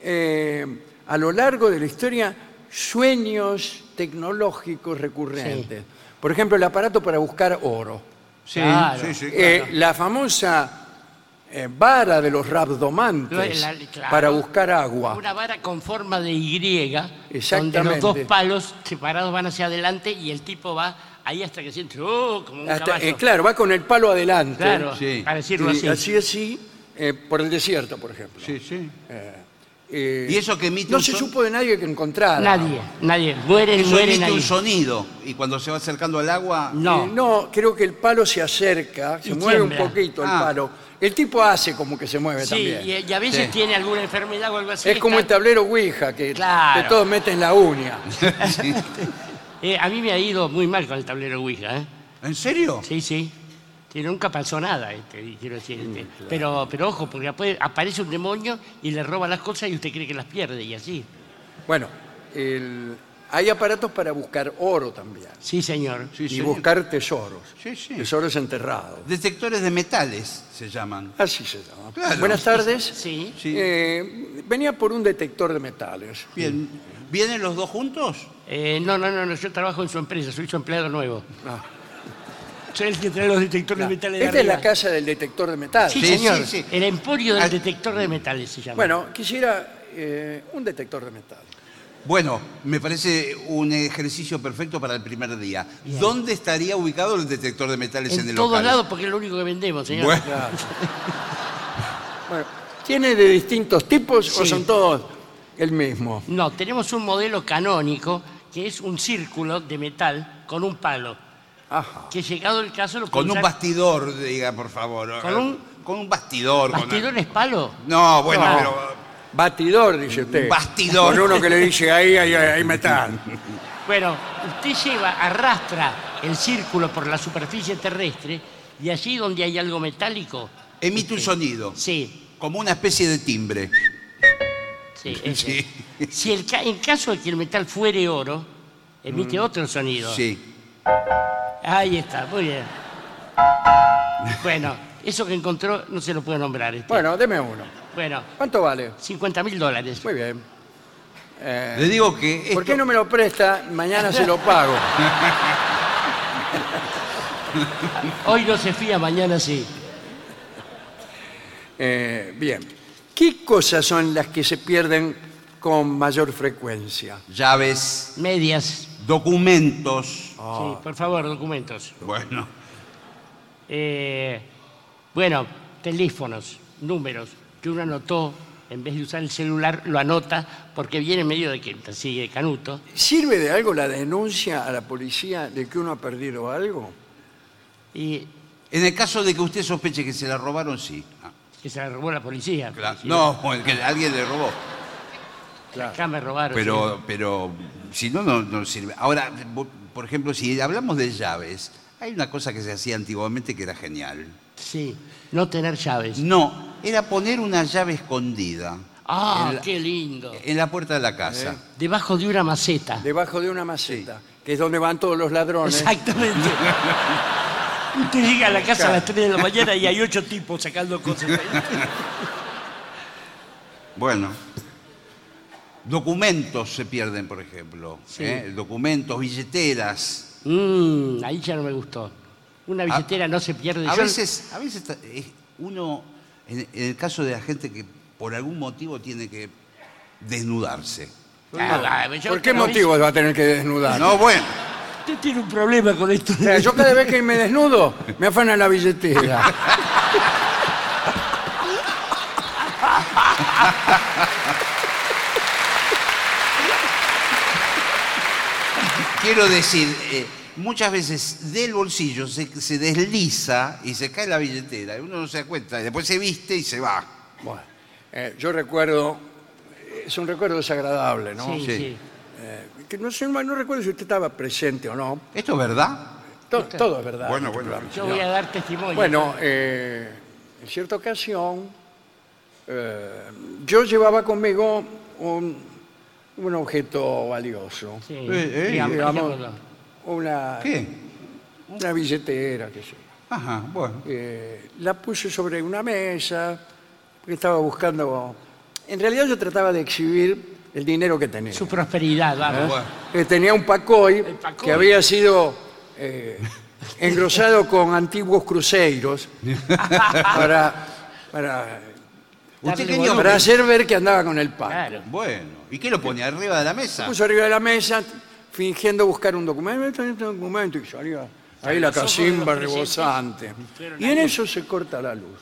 S1: eh, a lo largo de la historia, sueños tecnológicos recurrentes. Por ejemplo, el aparato para buscar oro.
S3: Sí,
S2: Claro.
S3: sí, sí,
S1: Eh,
S3: claro.
S1: la famosa eh, vara de los rabdomantes
S2: La- la- claro.
S1: para buscar agua.
S2: Una vara con forma de Y, donde los
S1: Exactamente.
S2: dos palos separados van hacia adelante y el tipo va ahí hasta que siente, oh, como un
S1: Hasta-
S2: caballo.
S1: eh, claro, va con el palo adelante.
S2: Claro,
S3: Sí.
S2: para decirlo
S1: Y
S2: así.
S1: así así, eh, por el desierto, por ejemplo.
S3: Sí, sí.
S1: Eh,
S3: Y eso que emite
S1: No
S3: un
S1: se
S3: son-
S1: supo de nadie que encontrara.
S2: Nadie, nadie. Mueren,
S3: Eso
S2: mueren
S3: emite
S2: ahí.
S3: un sonido. Y cuando se va acercando al agua.
S2: No.
S1: Eh, no, creo que el palo se acerca, se
S2: Y
S1: mueve
S2: tiembla.
S1: un poquito el
S3: Ah.
S1: palo. El tipo hace como que se mueve
S2: Sí,
S1: también.
S2: y, y a veces
S3: Sí.
S2: tiene alguna enfermedad o algo así.
S1: es como el
S2: está-
S1: tablero Ouija, que,
S2: Claro.
S1: que todos meten la uña.
S3: Sí.
S2: Eh, A mí me ha ido muy mal con el tablero Ouija, ¿eh?
S3: ¿En serio?
S2: Sí, sí. Sí, nunca pasó nada, este, y quiero decir.
S1: Mm,
S2: este. pero, pero ojo, porque después aparece un demonio y le roba las cosas y usted cree que las pierde y así.
S1: Bueno, el- hay aparatos para buscar oro también.
S2: Sí, señor.
S3: Sí,
S1: y
S3: señor.
S1: buscar tesoros.
S3: Sí, sí.
S1: Tesoros enterrados.
S3: Detectores de metales se llaman.
S1: Así se llama.
S3: Claro.
S1: Buenas tardes.
S2: Sí.
S3: Sí.
S1: Eh, venía por un detector de metales.
S3: Bien. ¿Vienen los dos juntos?
S2: Eh, no, no, no, no, yo trabajo en su empresa, soy su empleado nuevo.
S1: Ah.
S2: Soy el que trae los detectores de metales de
S1: Esta es la
S2: arriba.
S1: casa del detector de metales.
S2: Sí,
S3: Sí,
S2: señor.
S3: sí, sí.
S2: El emporio del
S3: Ah.
S2: detector de metales se llama.
S1: Bueno, quisiera eh, un detector de metales.
S3: Bueno, me parece un ejercicio perfecto para el primer día. ¿Dónde estaría ubicado el detector de metales en,
S2: en
S3: el
S2: todos
S3: local?
S2: lados porque es lo único que vendemos, señor.
S3: Bueno.
S1: Claro. bueno, ¿tiene de distintos tipos o
S2: Sí.
S1: son todos el mismo?
S2: No, tenemos un modelo canónico que es un círculo de metal con un palo.
S1: Ajá.
S2: Que llegado el caso lo
S3: Con un
S2: pulsar-
S3: bastidor, diga, por favor.
S2: Con un-
S3: Con un bastidor. con-
S2: ¿Bastidor es palo?
S3: No, bueno,
S1: No.
S3: pero...
S1: Batidor, dice usted.
S3: Bastidor.
S1: Con uno que le dice ahí, ahí, ahí metal.
S2: Bueno, usted lleva, arrastra el círculo por la superficie terrestre y allí donde hay algo metálico,
S3: Emite un sonido,
S2: sí,
S3: como una especie de timbre.
S2: sí, ese.
S3: Sí.
S2: Si el ca- en caso de que el metal fuere oro, emite otro sonido.
S3: Mm. Sí.
S2: Ahí está, muy bien. Bueno, eso que encontró no se lo puedo nombrar. este.
S1: Bueno, deme uno.
S2: bueno
S1: ¿Cuánto vale?
S2: 50 mil dólares.
S1: Muy bien. Eh,
S3: Le digo que
S1: ¿Por
S3: esto-
S1: qué no me lo presta? Mañana se lo pago.
S2: Hoy no se fía, mañana sí.
S1: Eh, bien. ¿Qué cosas son las que se pierden con mayor frecuencia?
S3: llaves,
S2: Medias.
S3: documentos.
S2: Sí, por favor, documentos.
S3: Bueno,
S2: Eh, bueno, teléfonos, números, que uno anotó, en vez de usar el celular, lo anota porque viene en medio de que te sigue Canuto.
S1: ¿Sirve de algo la denuncia a la policía de que uno ha perdido algo?
S2: Y
S3: en el caso de que usted sospeche que se la robaron, sí. Ah,
S2: que se la robó la policía.
S3: claro.
S2: Sí,
S3: No, bueno, que alguien le robó.
S2: Acá me robaron. sí.
S3: Pero, pero si no, no, no sirve. Ahora, bo- por ejemplo, si hablamos de llaves, hay una cosa que se hacía antiguamente que era genial.
S2: Sí, no tener llaves.
S3: No, era poner una llave escondida
S2: Ah,
S3: en la-
S2: qué lindo.
S3: en la puerta de la casa.
S2: Debajo de una maceta.
S1: Debajo de una maceta, que es donde van todos los ladrones.
S2: Exactamente. Usted llega a la casa a las 3 de la mañana y hay ocho tipos sacando cosas. ahí.
S3: Bueno. Documentos se pierden, por ejemplo. ¿eh? Documentos, billeteras.
S2: Mm, ahí ya no me gustó. una billetera no se pierde.
S3: A
S2: Yo-
S3: veces, a veces ta- eh, uno, en, en el caso de la gente que por algún motivo tiene que desnudarse.
S2: Ah, ah, yo
S1: ¿Por qué
S2: cada vez-
S1: motivos va a tener que desnudar?
S3: No, bueno.
S2: Usted tiene un problema con esto.
S1: O sea, yo cada vez que me desnudo, me afana la billetera.
S3: Quiero decir, eh, muchas veces del bolsillo se, se desliza y se cae la billetera. y Uno no se da cuenta. y Después se viste y se va.
S1: Bueno, eh, yo recuerdo, es un recuerdo desagradable, ¿no?
S2: Sí,
S3: Sí.
S2: sí.
S1: Eh, que no, sé, no recuerdo si usted estaba presente o no.
S3: ¿Esto es verdad?
S1: To- todo es verdad.
S3: Bueno, bueno.
S2: Yo voy a dar testimonio.
S1: Bueno, eh, en cierta ocasión, eh, yo llevaba conmigo un, un objeto valioso.
S2: Sí,
S3: eh,
S2: digamos,
S1: digamos-
S2: digamos,
S1: Una,
S3: ¿Qué?
S1: una billetera, qué sé yo.
S3: Ajá, bueno.
S1: Eh, la puse sobre una mesa, porque estaba buscando... En realidad yo trataba de exhibir el dinero que tenía.
S2: su prosperidad, vamos.
S3: Ah, Bueno.
S1: que tenía un pacoy,
S2: pacoy.
S1: que había sido eh, engrosado con antiguos cruceros para, para,
S3: ¿Usted
S2: Darle
S3: qué le-
S1: para hacer ver que andaba con el pan.
S2: Claro.
S3: Bueno. ¿Y qué lo pone arriba de la mesa?
S1: Puso arriba de la mesa fingiendo buscar un documento, "Este es el documento", y salía ahí la
S2: Los ojos
S1: cacimba
S2: de los
S1: rebosante.
S2: fueron
S1: Y en eso se corta la luz.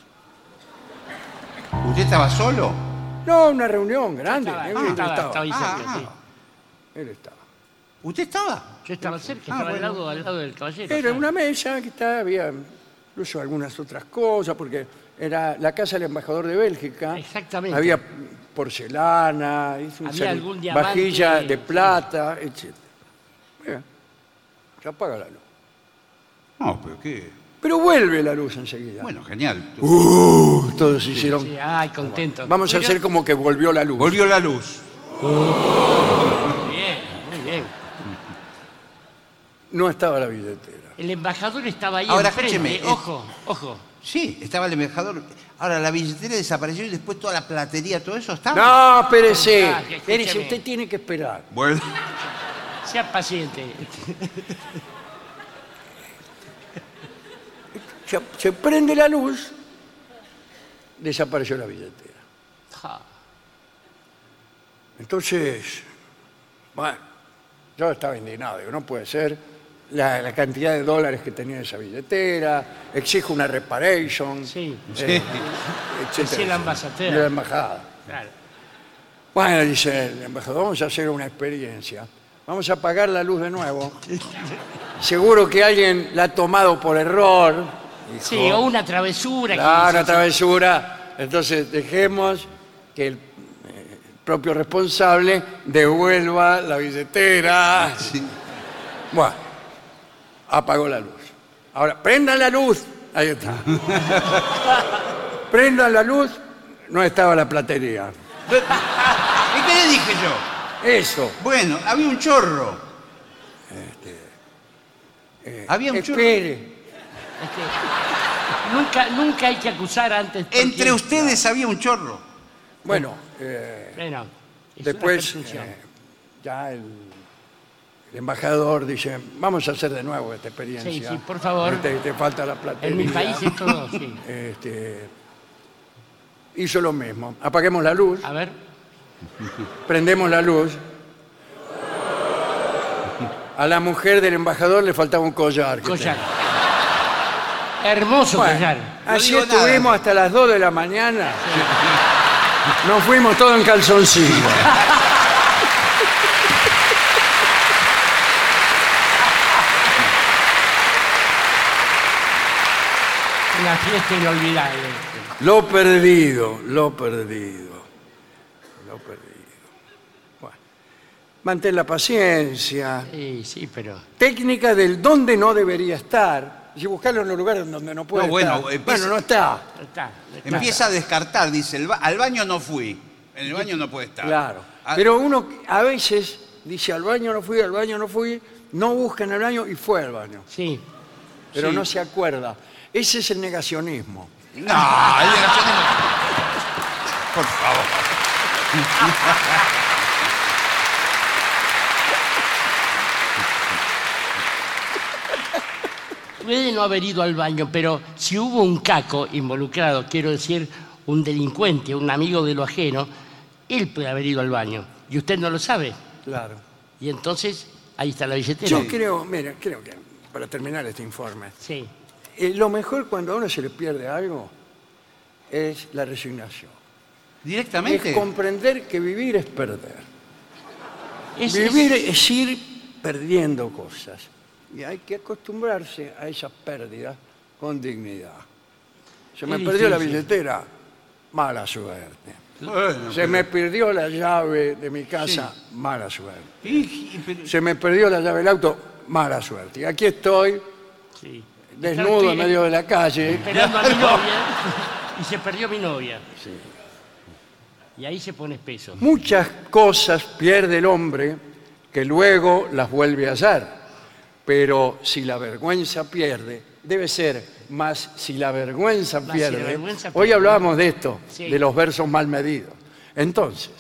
S3: ¿Usted estaba solo?
S1: No, una reunión grande. ¿eh?
S2: Estaba-
S1: él
S2: estaba-
S1: estaba,
S2: estaba ahí
S3: Ah,
S2: cerca,
S3: ah.
S2: sí.
S1: él estaba.
S3: ¿Usted estaba?
S2: Yo estaba cerca,
S3: Ah,
S2: estaba al,
S3: bueno.
S2: lado, al lado del caballero.
S1: Era
S2: claro.
S1: una mesa que estaba, había incluso algunas otras cosas, porque era la casa del embajador de Bélgica.
S2: Exactamente.
S1: Había porcelana, hizo un
S2: Había
S1: sal-
S2: algún diamante.
S1: vajilla de plata, etc. Bien. Se apaga la luz.
S3: No, pero qué.
S1: Pero vuelve la luz enseguida.
S3: Bueno, genial.
S1: Uh, todos hicieron.
S2: Sí, ay, contento.
S1: Vamos a
S2: Pero-
S1: hacer como que volvió la luz.
S3: Volvió la luz.
S2: Muy bien, muy bien.
S1: No estaba la billetera.
S2: El embajador estaba ahí
S3: Ahora,
S2: enfrente.
S3: escúcheme, eh,
S2: Ojo, ojo.
S3: Sí, estaba el embajador. Ahora, la billetera desapareció y después toda la platería, todo eso estaba.
S1: No, espérese.
S2: Ah, escúcheme.
S1: Espérese, usted tiene que esperar.
S3: Bueno.
S2: Sea paciente.
S1: Se, se prende la luz, desapareció la billetera.
S2: Ja.
S1: Entonces, bueno, yo estaba indignado, digo, no puede ser la, la cantidad de dólares que tenía esa billetera, exijo una reparation,
S2: Sí.
S1: eh, etcétera,
S2: Sí,
S1: etcétera.
S2: la embajadora.
S1: De la embajada.
S2: Claro.
S1: Bueno, dice el embajador, vamos a hacer una experiencia. Vamos a apagar la luz de nuevo. Seguro que alguien la ha tomado por error. dijo.
S2: Sí, o una travesura. que
S1: Claro,
S2: hizo.
S1: una travesura. Entonces dejemos que el eh, propio responsable devuelva la billetera.
S3: Sí.
S1: Bueno, apagó la luz. Ahora, prendan la luz. Ahí está. prendan la luz. No estaba la platería.
S3: ¿Y qué le dije yo?
S1: Eso.
S3: Bueno, había un chorro.
S1: Este, eh,
S3: había un chorro.
S1: Espere.
S2: Es que Este, nunca, nunca hay que acusar antes. porque-
S3: Entre ustedes había un chorro.
S1: Bueno, eh,
S2: Bueno, es una
S1: después
S2: percepción.
S1: eh, ya el, el embajador dice, vamos a hacer de nuevo esta experiencia. Este,
S2: Sí, sí, por favor.
S1: Te, te falta la platería.
S2: en mi país es todo, sí.
S1: Este, hizo lo mismo. Apaguemos la luz,
S2: A ver.
S1: prendemos la luz. A la mujer del embajador le faltaba un collar. que
S2: Collar.
S1: tenía.
S2: Hermoso
S1: Bueno,
S2: collar.
S1: así
S3: No digo nada.
S1: estuvimos hasta las 2 de la mañana. Nos fuimos todos en calzoncillo.
S2: Una fiesta inolvidable.
S1: Lo perdido, lo perdido, lo perdido. Bueno, mantén la paciencia.
S2: Sí, sí, pero.
S1: Técnica del dónde no debería estar. Y buscarlo en los lugares donde no puede
S3: No, bueno,
S1: estar.
S3: empieza-
S1: Bueno, no está.
S2: Está, está.
S3: Empieza a descartar, dice, "El ba- al baño no fui. En el baño no puede estar.
S1: Claro.
S3: Ah,
S1: Pero uno a veces dice al baño no fui, al baño no fui, no busca en el baño y fue al baño.
S2: Sí.
S1: Pero
S3: Sí.
S1: no se acuerda. Ese es el negacionismo.
S3: No, el de la China no. Por favor.
S2: puede no haber ido al baño, pero si hubo un caco involucrado, quiero decir, un delincuente, un amigo de lo ajeno, él puede haber ido al baño y usted no lo sabe.
S1: Claro.
S2: Y entonces ahí está la billetera.
S1: Yo creo, mira, creo que para terminar este informe,
S2: Sí.
S1: eh, lo mejor cuando a uno se le pierde algo es la resignación.
S3: Directamente.
S1: Es comprender que vivir es perder.
S2: Es- es-
S1: Vivir es ir perdiendo cosas. Y hay que acostumbrarse a esas pérdidas con dignidad. Se me
S2: Es
S1: perdió la
S2: difícil.
S1: billetera, mala suerte.
S3: Bueno,
S1: Se me perdió la llave de mi casa, mala suerte.
S3: pero- Y- y- pero-
S1: Se me perdió la llave del auto, mala suerte. Y aquí estoy,
S2: sí.
S1: desnudo en
S2: Estoy
S1: medio de la calle.
S2: Esperando a mi novia y se perdió mi novia. Y ahí se pone espeso.
S1: Muchas cosas pierde el hombre que luego las vuelve a hallar. Pero si la vergüenza pierde, debe ser más si la vergüenza
S2: Más si la
S1: pierde.
S2: vergüenza
S1: Hoy
S2: pierde.
S1: hablábamos de esto,
S2: Sí.
S1: de los versos mal medidos. Entonces,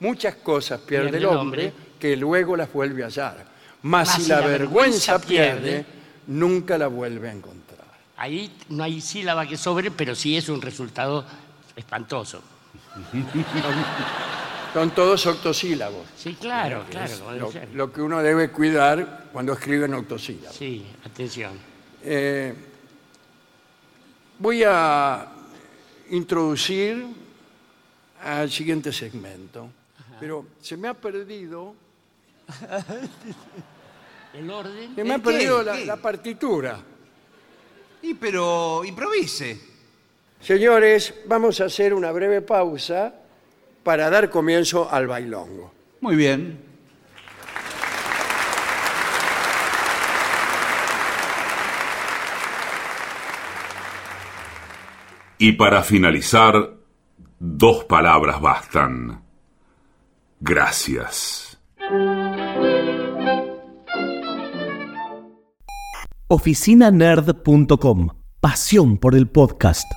S1: muchas cosas pierde, el hombre, que luego las vuelve a hallar. Más si la, vergüenza, pierde, nunca la vuelve a encontrar.
S2: Ahí no hay sílaba que sobre, pero sí es un resultado espantoso.
S1: Son todos octosílabos.
S2: Sí, claro, claro. como debe
S1: Lo,
S2: ser.
S1: lo que uno debe cuidar cuando escribe en octosílabos.
S2: Sí, atención.
S1: Eh, voy a introducir al siguiente segmento, pero se me ha perdido,
S2: El orden.
S1: se me ha
S3: ¿El qué?
S1: perdido la,
S3: ¿Qué?
S1: la partitura.
S3: y pero improvise.
S1: Señores, vamos a hacer una breve pausa para dar comienzo al bailongo.
S3: Muy bien.
S4: Y para finalizar, dos palabras bastan. Gracias.
S5: oficinanerd.com. Pasión por el podcast.